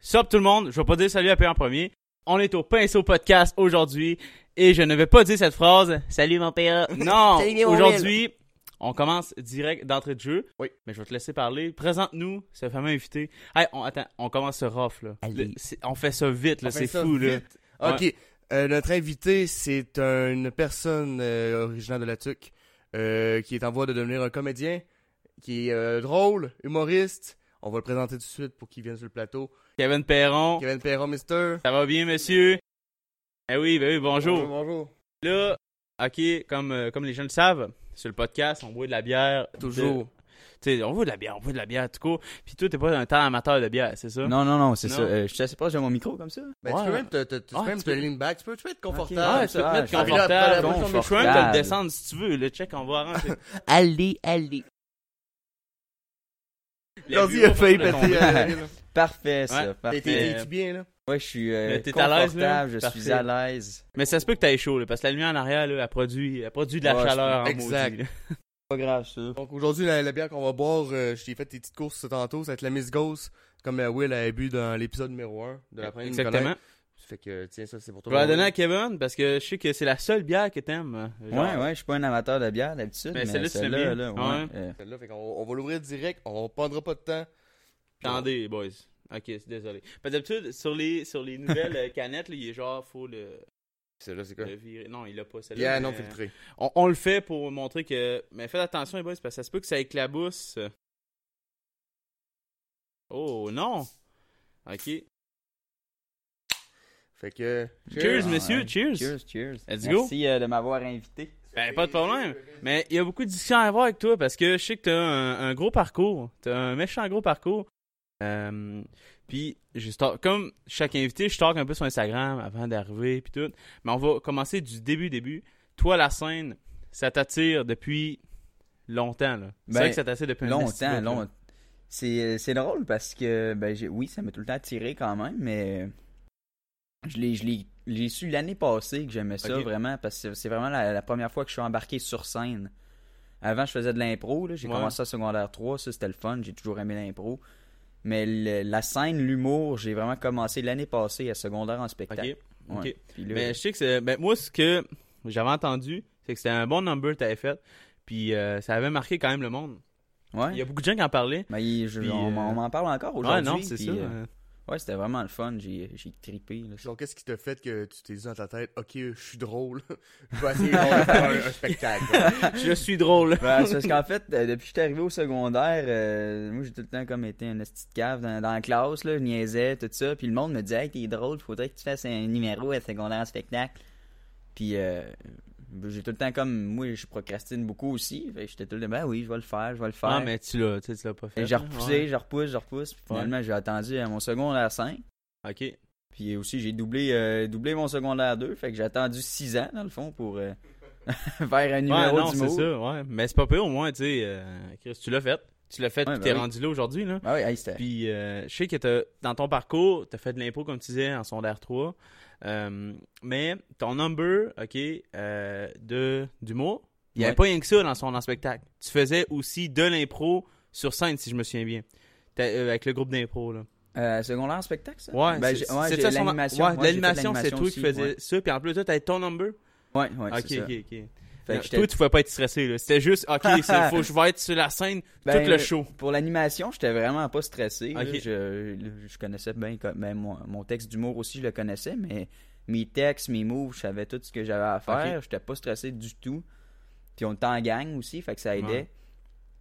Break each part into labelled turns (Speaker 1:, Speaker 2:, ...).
Speaker 1: Sup tout le monde, je vais pas dire salut à P en premier. On est au Pinceau Podcast aujourd'hui et je ne vais pas dire cette phrase Salut mon PA. Non,
Speaker 2: Salut, mon
Speaker 1: aujourd'hui, on commence direct d'entrée de jeu.
Speaker 2: Oui.
Speaker 1: Mais je vais te laisser parler. Présente-nous ce fameux invité. Hey, on, attends, on commence ce rough là.
Speaker 2: Allez.
Speaker 1: Le- c'est- on fait ça vite là,
Speaker 3: On fait
Speaker 1: c'est
Speaker 3: ça
Speaker 1: fou là.
Speaker 3: vite. Ok, Euh, notre invité, c'est une personne euh, originaire de la Tuque euh, qui est en voie de devenir un comédien, qui est euh, drôle, humoriste. On va le présenter tout de suite pour qu'il vienne sur le plateau.
Speaker 1: Kevin Perron,
Speaker 3: Kevin Perron, Mister.
Speaker 1: ça va bien monsieur Eh oui, ben oui, bonjour.
Speaker 3: Bonjour.
Speaker 1: Là, ok, comme, euh, comme les gens le savent, sur le podcast, on boit de la bière. Euh,
Speaker 3: Toujours.
Speaker 1: Tu sais, on boit de la bière, on boit de la bière, tout court. Puis toi, t'es pas un temps amateur de bière, c'est ça?
Speaker 2: Non, non, non, c'est
Speaker 1: Non.
Speaker 2: ça. Euh, je suis assez proche de mon micro comme ça.
Speaker 3: Ben,
Speaker 1: Ouais.
Speaker 3: Tu peux même te, te- tu
Speaker 1: Ouais,
Speaker 3: peux même
Speaker 1: tu
Speaker 3: te
Speaker 1: peux-
Speaker 3: lean back. Tu peux, tu peux être
Speaker 1: Ah,
Speaker 3: confortable.
Speaker 1: tu peux te
Speaker 2: Ah,
Speaker 1: mettre
Speaker 2: je suis
Speaker 1: confortable.
Speaker 3: confortable.
Speaker 1: Je peux même te le descendre si tu veux. Le check, on va arranger.
Speaker 2: Allez, allez.
Speaker 3: L'ordi a failli péter.
Speaker 2: tomber.
Speaker 3: euh,
Speaker 2: Parfait, ça.
Speaker 1: Ouais.
Speaker 3: T'es-
Speaker 2: Parfait.
Speaker 3: T'es t'es-tu bien, là?
Speaker 2: Ouais, je suis euh,
Speaker 1: Mais t'es à l'aise, là?
Speaker 2: confortable, je suis
Speaker 1: Parfait.
Speaker 2: à l'aise.
Speaker 1: Mais ça se peut que t'ailles chaud, là, parce que la lumière en arrière, là, elle produit, elle produit de la
Speaker 2: Ouais, je
Speaker 1: chaleur en
Speaker 3: peux- Exact.
Speaker 1: maudit, là.
Speaker 2: Pas grave, ça.
Speaker 3: Donc aujourd'hui, la, la bière qu'on va boire, euh, je t'ai fait tes petites courses tantôt, ça va être la Miss Ghost, comme euh, Will a bu dans l'épisode numéro 1 de la première
Speaker 1: Exactement.
Speaker 3: Fait que, tiens, ça c'est pour
Speaker 1: Je
Speaker 3: toi.
Speaker 1: vais la donner à Kevin, parce que je sais que c'est la seule bière que t'aimes. euh, genre.
Speaker 2: Ouais, ouais, je suis pas un amateur de bière d'habitude,
Speaker 1: Mais
Speaker 2: mais,
Speaker 1: celle-là, tu l'aimes bien.
Speaker 2: celle-là, là, ouais.
Speaker 1: Ah ouais.
Speaker 2: euh,
Speaker 3: Celle-là, fait qu'on on va l'ouvrir direct, on prendra pas de temps. Puis on-
Speaker 1: Attendez, boys. Ok, c'est désolé. Parce que d'habitude, sur les, sur les nouvelles euh, canettes, là, il est genre, faut le,
Speaker 3: Celle-là, c'est quoi
Speaker 1: le virer. Non, il l'a pas, Euh, celle-là.
Speaker 3: Bière
Speaker 1: mais-
Speaker 3: non filtrée.
Speaker 1: On, on le fait pour montrer que. Mais faites attention, les boys, parce que ça se peut que ça éclabousse. Oh non! Ok.
Speaker 3: Fait que.
Speaker 1: Cheers,
Speaker 2: Ah,
Speaker 1: messieurs,
Speaker 2: ouais.
Speaker 1: cheers.
Speaker 2: Cheers, cheers.
Speaker 1: Let's
Speaker 2: Merci
Speaker 1: go.
Speaker 2: euh, de m'avoir invité.
Speaker 1: Ben, pas de problème. Mais il y a beaucoup de discussions à avoir avec toi parce que je sais que t'as un, un gros parcours. T'as un méchant gros parcours. Euh, puis, je stalk- comme chaque invité, je talk un peu sur Instagram avant d'arriver, puis tout. Mais on va commencer du début, début. Toi, la scène, ça t'attire depuis longtemps, là. C'est
Speaker 2: Ben,
Speaker 1: vrai que ça t'attire depuis un petit bout,
Speaker 2: Longtemps,
Speaker 1: là.
Speaker 2: longtemps. C'est euh, c'est drôle parce que, ben, j'ai- oui, ça m'a tout le temps attiré quand même, mais je l'ai- je l'ai j'ai su l'année passée que j'aimais ça
Speaker 1: Ok.
Speaker 2: vraiment parce que c'est vraiment la, la première fois que je suis embarqué sur scène. Avant, je faisais de l'impro, là, j'ai
Speaker 1: Ouais.
Speaker 2: commencé à secondaire 3, ça c'était le fun, j'ai toujours aimé l'impro. Mais le- la scène, l'humour, j'ai vraiment commencé l'année passée à secondaire en
Speaker 1: Ok.
Speaker 2: spectacle.
Speaker 1: ok.
Speaker 2: Ouais. Puis là-
Speaker 1: Mais je sais que c'est. Ben, moi, ce que j'avais entendu, c'est que c'était un bon number que t'avais fait. Puis euh, ça avait marqué quand même le monde.
Speaker 2: ouais.
Speaker 1: Il y a beaucoup de gens qui en parlaient.
Speaker 2: Ben, il- je-
Speaker 1: Puis,
Speaker 2: on,
Speaker 1: euh,
Speaker 2: on m'en parle encore
Speaker 1: Ouais,
Speaker 2: aujourd'hui.
Speaker 1: non, c'est
Speaker 2: puis,
Speaker 1: ça.
Speaker 2: euh,
Speaker 1: euh,
Speaker 2: ouais, c'était vraiment le fun. J'ai, j'ai trippé. là.
Speaker 3: Donc, qu'est-ce qui t'a fait que tu t'es dit dans ta tête, ok, je suis drôle, je vais essayer de faire un, un spectacle.
Speaker 1: Je suis drôle.
Speaker 2: Ben, c'est parce qu'en fait, euh, depuis que je suis arrivé au secondaire, euh, moi j'ai tout le temps comme été un petit cave dans, dans la classe, là, je niaisais, tout ça. Puis le monde me disait, hey, t'es drôle, faudrait que tu fasses un numéro à secondaire en spectacle. Puis euh, ben, j'ai tout le temps comme, moi je procrastine beaucoup aussi. Fait que j'étais tout le temps, ben oui, je vais le faire, je vais le faire.
Speaker 1: Ah, mais tu l'as, tu sais, tu l'as pas fait.
Speaker 2: Et j'ai repoussé,
Speaker 1: Ouais.
Speaker 2: je repousse, je repousse. Puis finalement, j'ai attendu à mon secondaire 5.
Speaker 1: Ok.
Speaker 2: Puis aussi, j'ai doublé, euh, doublé mon secondaire 2. Fait que j'ai attendu 6 ans, dans le fond, pour euh, faire un
Speaker 1: Ouais,
Speaker 2: numéro
Speaker 1: non, c'est
Speaker 2: d'humour.
Speaker 1: ça, ouais. Mais c'est pas pire au moins, tu sais. euh, Chris, tu l'as fait. Tu l'as fait,
Speaker 2: Ouais,
Speaker 1: puis
Speaker 2: ben
Speaker 1: t'es
Speaker 2: oui.
Speaker 1: rendu là aujourd'hui, là.
Speaker 2: Ah oui, hey, c'était-
Speaker 1: Puis euh, je sais que t'as- dans ton parcours, t'as fait de l'impôt, comme tu disais, en sondage 3. Euh, mais ton number, ok, euh, de d'humour, il n'y avait
Speaker 2: Ouais.
Speaker 1: pas rien que ça dans son dans le spectacle. Tu faisais aussi de l'impro sur scène, si je me souviens bien. T'as- euh, avec le groupe d'impro, là.
Speaker 2: Euh, secondaire en spectacle, ça?
Speaker 1: Ouais,
Speaker 2: ben,
Speaker 1: c'est-
Speaker 2: j'ai- ouais,
Speaker 1: c'est
Speaker 2: j'ai
Speaker 1: ça son-
Speaker 2: l'animation.
Speaker 1: ouais,
Speaker 2: Ouais, j'ai fait
Speaker 1: l'animation, c'est toi
Speaker 2: aussi,
Speaker 1: qui faisais
Speaker 2: Ouais,
Speaker 1: ça. Puis en plus, toi, t'avais ton number.
Speaker 2: ouais, ouais,
Speaker 1: Ok,
Speaker 2: c'est ça.
Speaker 1: ok, ok.
Speaker 2: Fait
Speaker 1: Non,
Speaker 2: que
Speaker 1: Toi,
Speaker 2: j'étais-
Speaker 1: tu pouvais pas être stressé, là. C'était juste, ok, c'est- faut que je vais être sur la scène
Speaker 2: Ben,
Speaker 1: tout le show.
Speaker 2: Pour l'animation, j'étais vraiment pas stressé. là.
Speaker 1: Ok.
Speaker 2: Je, je connaissais bien comme- ben, mon, mon texte d'humour aussi, je le connaissais, mais mes textes, mes moves, je savais tout ce que j'avais à faire. J'étais pas stressé du tout. Puis on était en gang aussi, fait que ça aidait.
Speaker 1: Ouais.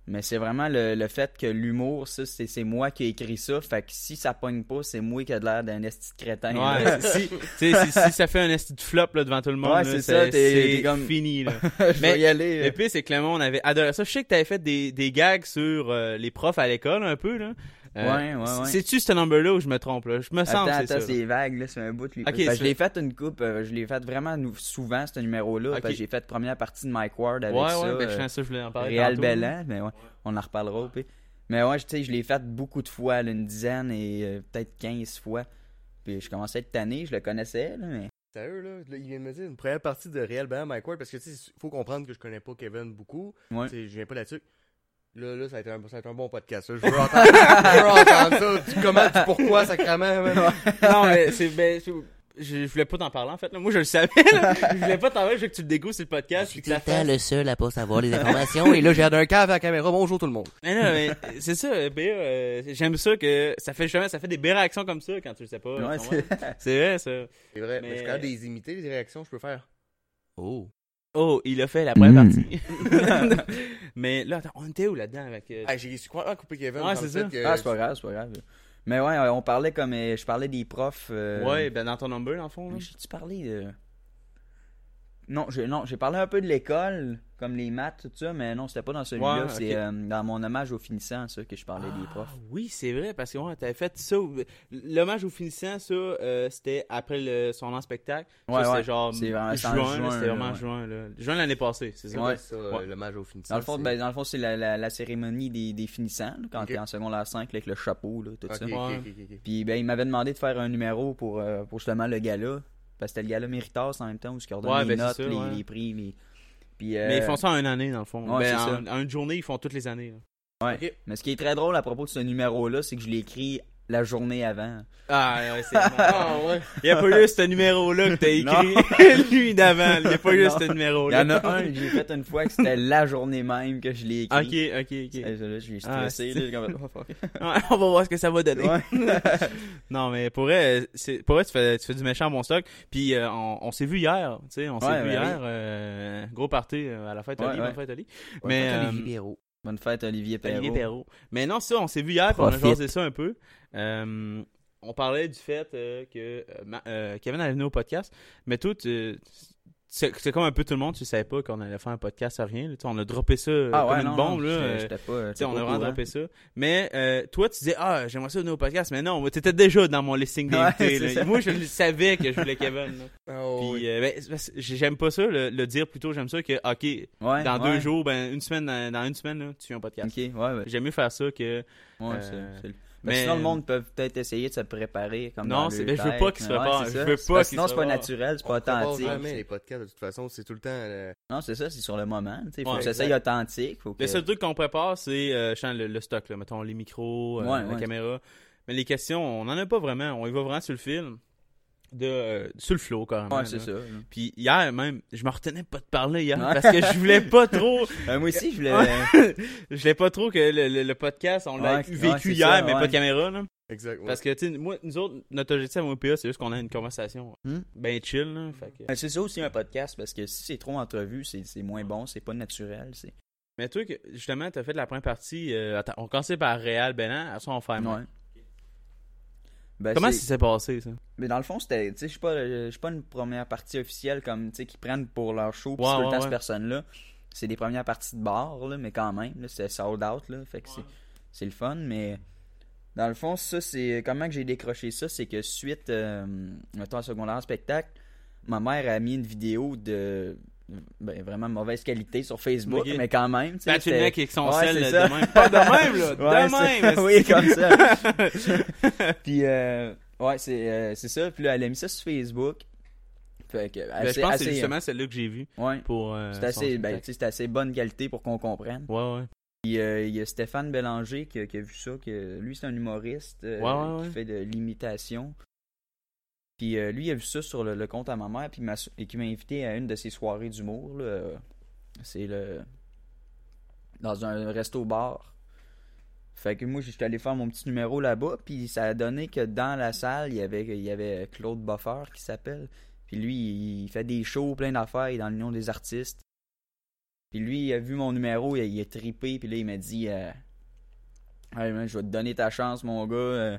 Speaker 2: Mais c'est vraiment le, le fait que l'humour, ça, c'est c'est moi qui ai écrit ça. Fait que si ça pogne pas, c'est moi qui a de l'air d'un esti de crétin. là.
Speaker 1: Ouais, si, tu sais, si, si ça fait un esti de flop là, devant tout le monde,
Speaker 2: Ouais,
Speaker 1: là,
Speaker 2: c'est ça, t'es-
Speaker 1: c'est
Speaker 2: t'es comme-
Speaker 1: fini. Là.
Speaker 2: je
Speaker 1: Mais-
Speaker 2: vais y aller. euh.
Speaker 1: Le pire, c'est que le monde avait adoré ça. Je sais que t'avais fait des, des gags sur euh, les profs à l'école un peu. Là.
Speaker 2: Ouais, ouais, ouais.
Speaker 1: C'est-tu ce number-là où je me trompe? Là? Je me sens
Speaker 2: Attends,
Speaker 1: que c'est
Speaker 2: attends,
Speaker 1: ça. là.
Speaker 2: c'est vague, là, c'est un bout. lui.
Speaker 1: Ok,
Speaker 2: Parce que
Speaker 1: c'est-
Speaker 2: je l'ai fait une coupe, euh, je l'ai fait vraiment nou- souvent, ce numéro-là.
Speaker 1: Ok.
Speaker 2: parce que j'ai fait première partie de Mike Ward avec
Speaker 1: Ouais,
Speaker 2: ça.
Speaker 1: ouais, ben, je
Speaker 2: euh,
Speaker 1: sens ça, je voulais en parler.
Speaker 2: Réal
Speaker 1: tantôt.
Speaker 2: Bellan, mais ouais, on en reparlera au pire. Mais ouais, je- tu sais, je l'ai fait beaucoup de fois, là, une dizaine et euh, peut-être 15 fois. Puis je commençais à être tanné, je le connaissais, là, mais.
Speaker 3: T'as eux, là, là, il vient de me dire une première partie de Réel Bam Mike Ward, parce que, tu sais, faut comprendre que je connais pas Kevin beaucoup.
Speaker 2: Ouais.
Speaker 3: Tu sais, Je viens pas là-dessus. Là, là, ça a été un, ça a été un bon podcast. là. Je veux entendre, je veux entendre ça. Du comment, du pourquoi, sacrément. man.
Speaker 1: non, mais c'est. ben, c'est- je, je voulais pas t'en parler en fait. Là. Moi, je le savais. là. Je voulais pas t'en parler. Je veux que tu le découvres sur le podcast. puis que la fasses.
Speaker 4: le seul à pas savoir les informations.
Speaker 3: Et là, j'ai d'un cave à la caméra. Bonjour tout le monde.
Speaker 1: Mais non, mais c'est ça, BA. euh, J'aime ça que ça fait jamais, ça fait des belles réactions comme ça quand tu le sais pas.
Speaker 2: Ouais,
Speaker 1: tu
Speaker 2: c'est-
Speaker 1: comprends? c'est vrai ça.
Speaker 3: C'est vrai, mais,
Speaker 1: Mais-
Speaker 3: je suis capable de les imiter, les réactions, je peux faire.
Speaker 4: Oh.
Speaker 1: Oh, il a fait la première
Speaker 2: Mm.
Speaker 1: partie. mais là, attends, on était où là-dedans avec. euh,
Speaker 3: Ah, j'ai su quoi couper Kevin.
Speaker 1: Ouais,
Speaker 3: dans le
Speaker 1: c'est
Speaker 3: fait
Speaker 1: ça.
Speaker 3: que-
Speaker 2: Ah, c'est pas grave, c'est pas grave. Mais ouais, on parlait comme. euh, Je parlais des profs. euh,
Speaker 1: Ouais, ben dans ton number, dans le fond. là.
Speaker 2: Mais J'ai-tu parlé de. Non, j'ai non, j'ai parlé un peu de l'école, comme les maths, tout ça, mais non, c'était pas dans celui-là.
Speaker 1: Ouais, ok.
Speaker 2: C'est euh, dans mon hommage aux finissants, ça, que je parlais des
Speaker 1: Ah,
Speaker 2: profs.
Speaker 1: Oui, c'est vrai, parce que ouais, t'avais fait ça. au- L'hommage au finissant, ça, euh, c'était après le, son en spectacle. Ça,
Speaker 2: Ouais,
Speaker 1: c'était
Speaker 2: ouais.
Speaker 1: genre
Speaker 2: C'est vraiment- c'est en
Speaker 1: juin,
Speaker 2: juin,
Speaker 1: là, c'était
Speaker 2: là,
Speaker 1: vraiment
Speaker 2: ouais.
Speaker 1: juin. Là. Juin l'année passée, c'est ça?
Speaker 3: C'est
Speaker 2: Ouais.
Speaker 3: ouais. ça, euh,
Speaker 1: Ouais.
Speaker 3: le mage au finissant.
Speaker 2: Dans le fond,
Speaker 3: c'est-
Speaker 2: ben, dans le fond, c'est la, la, la cérémonie des, des finissants, là, quand
Speaker 3: Ok.
Speaker 2: t'es en secondaire 5, là, avec le chapeau, là, tout
Speaker 3: Ok,
Speaker 2: ça.
Speaker 3: ok,
Speaker 1: Ouais.
Speaker 3: ok, ok, ok.
Speaker 2: Puis ben, il m'avait demandé de faire un numéro pour, euh, pour justement le gala. Parce que c'était le gala Méritas en même temps, où ce qui ordonne
Speaker 1: Ouais,
Speaker 2: les
Speaker 1: ben,
Speaker 2: notes,
Speaker 1: c'est ça,
Speaker 2: les,
Speaker 1: ouais.
Speaker 2: les prix. Les... Puis,
Speaker 1: Mais
Speaker 2: euh,
Speaker 1: ils font ça en une année, dans le fond.
Speaker 2: Ouais,
Speaker 1: ben,
Speaker 2: c'est
Speaker 1: en, en une journée, ils font toutes les années. là.
Speaker 2: ouais.
Speaker 3: Ok.
Speaker 2: Mais ce qui est très drôle à propos de ce numéro-là, c'est que je l'ai écrit la journée avant.
Speaker 1: Ah, ouais, c'est Ah, ouais. Il n'y a pas eu ce numéro-là que t'as écrit, lui, d'avant. Il n'y a pas eu
Speaker 2: Non.
Speaker 1: ce
Speaker 2: Il
Speaker 1: numéro-là.
Speaker 2: y en a un que j'ai fait une fois que c'était la journée même que je l'ai écrit.
Speaker 1: Ok, ok, ok.
Speaker 2: Et là, je suis
Speaker 1: Ah,
Speaker 2: stressé.
Speaker 1: c'est-
Speaker 2: là, j'ai comme fait, oh, fuck.
Speaker 1: Ouais, On va voir ce que ça va donner.
Speaker 2: Ouais.
Speaker 1: Non, mais pour vrai, c'est, pour vrai, tu fais, tu fais du méchant bon stock. Puis euh, on, on s'est vu hier, tu sais, on s'est
Speaker 2: Ouais,
Speaker 1: vu
Speaker 2: ben
Speaker 1: hier. euh, gros party euh, à la fête
Speaker 2: Ouais,
Speaker 1: Oli, bonne
Speaker 2: ouais.
Speaker 1: fête Oli. mais
Speaker 4: Comme
Speaker 1: euh,
Speaker 4: les libéraux.
Speaker 2: Bonne fête, Olivier Perrault.
Speaker 1: Olivier Perrault. Mais non, ça, on s'est vu hier, puis on a
Speaker 2: Profite.
Speaker 1: jasé ça un peu. Euh, on parlait du fait euh, que euh, ma- euh, Kevin allait venir au podcast, mais toi, tu- c'est c'est comme un peu tout le monde, tu savais pas qu'on allait faire un podcast à rien. là. Tu sais, on a droppé ça euh,
Speaker 2: Ah
Speaker 1: comme
Speaker 2: ouais,
Speaker 1: une
Speaker 2: non,
Speaker 1: bombe.
Speaker 2: non,
Speaker 1: là,
Speaker 2: j'étais-
Speaker 1: euh,
Speaker 2: j'étais pas-
Speaker 1: tu sais,
Speaker 2: j'étais
Speaker 1: on a
Speaker 2: pas au
Speaker 1: vraiment
Speaker 2: courant.
Speaker 1: droppé ça. Mais euh, toi, tu disais, ah, j'aimerais ça venir au podcast. Mais non, t'étais déjà dans mon listing
Speaker 2: Ouais,
Speaker 1: d'invités.
Speaker 2: c'est
Speaker 1: là.
Speaker 2: ça. Oh
Speaker 1: Moi, je le savais que je voulais Kevin. là.
Speaker 3: Ah, ouais, ouais.
Speaker 1: Puis, euh, ben, c'est parce que j'aime pas ça, le, le dire plutôt. J'aime ça que, OK,
Speaker 2: Ouais,
Speaker 1: dans
Speaker 2: ouais.
Speaker 1: deux jours, ben, une semaine, dans, dans une semaine, là, tu viens au podcast.
Speaker 2: Ok, ouais, ouais.
Speaker 1: J'aime mieux faire ça que.
Speaker 2: Ouais,
Speaker 1: Euh,
Speaker 2: c'est- c'est
Speaker 1: mais-
Speaker 2: le-
Speaker 1: euh,
Speaker 2: Mais Ben, sinon, le monde peut peut-être essayer de se préparer. Comme
Speaker 1: Non,
Speaker 2: dans
Speaker 1: c'est-
Speaker 2: leur
Speaker 1: ben, je veux
Speaker 2: tête,
Speaker 1: pas qu'ils se
Speaker 2: mais ouais,
Speaker 1: préparent.
Speaker 2: c'est
Speaker 1: Je
Speaker 2: ça.
Speaker 1: veux
Speaker 2: C'est
Speaker 1: pas
Speaker 2: parce que
Speaker 1: qu'ils
Speaker 2: sinon,
Speaker 1: se
Speaker 2: c'est pas
Speaker 1: préparent.
Speaker 2: naturel, c'est
Speaker 3: On
Speaker 2: pas
Speaker 3: prépare
Speaker 2: authentique.
Speaker 3: jamais les podcasts, de toute façon, c'est tout le temps. euh,
Speaker 2: Non, c'est ça, c'est sur le moment. tu sais. faut
Speaker 1: Ouais,
Speaker 2: que
Speaker 1: exact.
Speaker 2: ça soit authentique. Faut que...
Speaker 1: Le seul truc qu'on prépare, c'est euh, je sens le, le stock, là. mettons les micros, euh,
Speaker 2: Ouais,
Speaker 1: la
Speaker 2: ouais.
Speaker 1: caméra. Mais les questions, on en a pas vraiment. On y va vraiment sur le film, de, euh, sur le flow, quand même.
Speaker 2: Ouais, c'est ça. là.
Speaker 1: Puis hier même, je me retenais pas de parler hier
Speaker 2: Ouais.
Speaker 1: parce que je voulais pas trop,
Speaker 2: Euh, moi aussi, je voulais.
Speaker 1: je voulais pas trop que le, le- le podcast on l'a
Speaker 2: Ouais,
Speaker 1: vécu
Speaker 2: ouais, c'est
Speaker 1: hier
Speaker 2: ça,
Speaker 1: mais
Speaker 2: ouais.
Speaker 1: pas de caméra là.
Speaker 3: Exact. ouais.
Speaker 1: Parce que tu sais, moi nous autres notre objectif à MPA c'est juste qu'on a une conversation
Speaker 2: Hmm.
Speaker 1: ben chill là, fait que-
Speaker 2: Mais C'est ça aussi un podcast parce que si c'est trop entrevue, c'est c'est moins bon, c'est pas naturel. c'est-
Speaker 1: Mais toi que- justement t'as fait la première partie euh, attends, on commençait par Real Benan, après ça on fait
Speaker 2: Ouais. Ben,
Speaker 1: Comment
Speaker 2: c'est-
Speaker 1: ça s'est passé ça
Speaker 2: Mais dans le fond, c'était, tu sais, je suis pas, euh, je suis pas une première partie officielle comme, tu sais, qu'ils prennent pour leur show, pis
Speaker 1: Ouais,
Speaker 2: c'est tout le
Speaker 1: ouais,
Speaker 2: temps,
Speaker 1: ouais.
Speaker 2: cette personne-là. C'est des premières parties de bar, là, mais quand même, là, c'était sold out, là, fait que c'est, c'est le fun, mais dans le fond, ça, c'est, comment que j'ai décroché ça, c'est que suite, euh, mettons, à secondaire spectacle, ma mère a mis une vidéo de, ben, vraiment mauvaise qualité sur Facebook,
Speaker 1: Ok.
Speaker 2: mais quand même, tu sais,
Speaker 1: Ben, tu le
Speaker 2: c'était-
Speaker 1: mec avec son
Speaker 2: Ouais,
Speaker 1: sel
Speaker 2: c'est
Speaker 1: de
Speaker 2: ça.
Speaker 1: même. Pas de même là,
Speaker 2: Ouais,
Speaker 1: de
Speaker 2: c'est-
Speaker 1: même.
Speaker 2: oui, comme ça. puis, euh, ouais, c'est euh, c'est ça. Puis là, elle a mis ça sur Facebook. Fait que,
Speaker 1: Ben,
Speaker 2: assez-
Speaker 1: je pense que
Speaker 2: assez-
Speaker 1: c'est justement celle-là que j'ai vue
Speaker 2: Ouais.
Speaker 1: pour euh,
Speaker 2: C'est
Speaker 1: son
Speaker 2: assez, ben,
Speaker 1: spectacle.
Speaker 2: tu sais, c'est assez bonne qualité pour qu'on comprenne.
Speaker 1: Ouais ouais.
Speaker 2: Puis euh, il y a Stéphane Bélanger qui, a- qui a vu ça, que lui c'est un humoriste euh,
Speaker 1: Ouais, ouais, ouais.
Speaker 2: qui fait de l'imitation. Puis euh, lui il a vu ça sur le, le compte à ma mère puis il m'a- et qui m'a invité à une de ses soirées d'humour. là. C'est le dans un resto bar. Fait que moi j'étais allé faire mon petit numéro là-bas puis ça a donné que dans la salle il y avait il y avait Claude Buffer qui s'appelle. Puis lui il fait des shows plein d'affaires, il est dans l'union des artistes. Puis lui, il a vu mon numéro, il a, il a trippé, puis là, il m'a dit euh, Hey, man, Je vais te donner ta chance, mon gars. euh.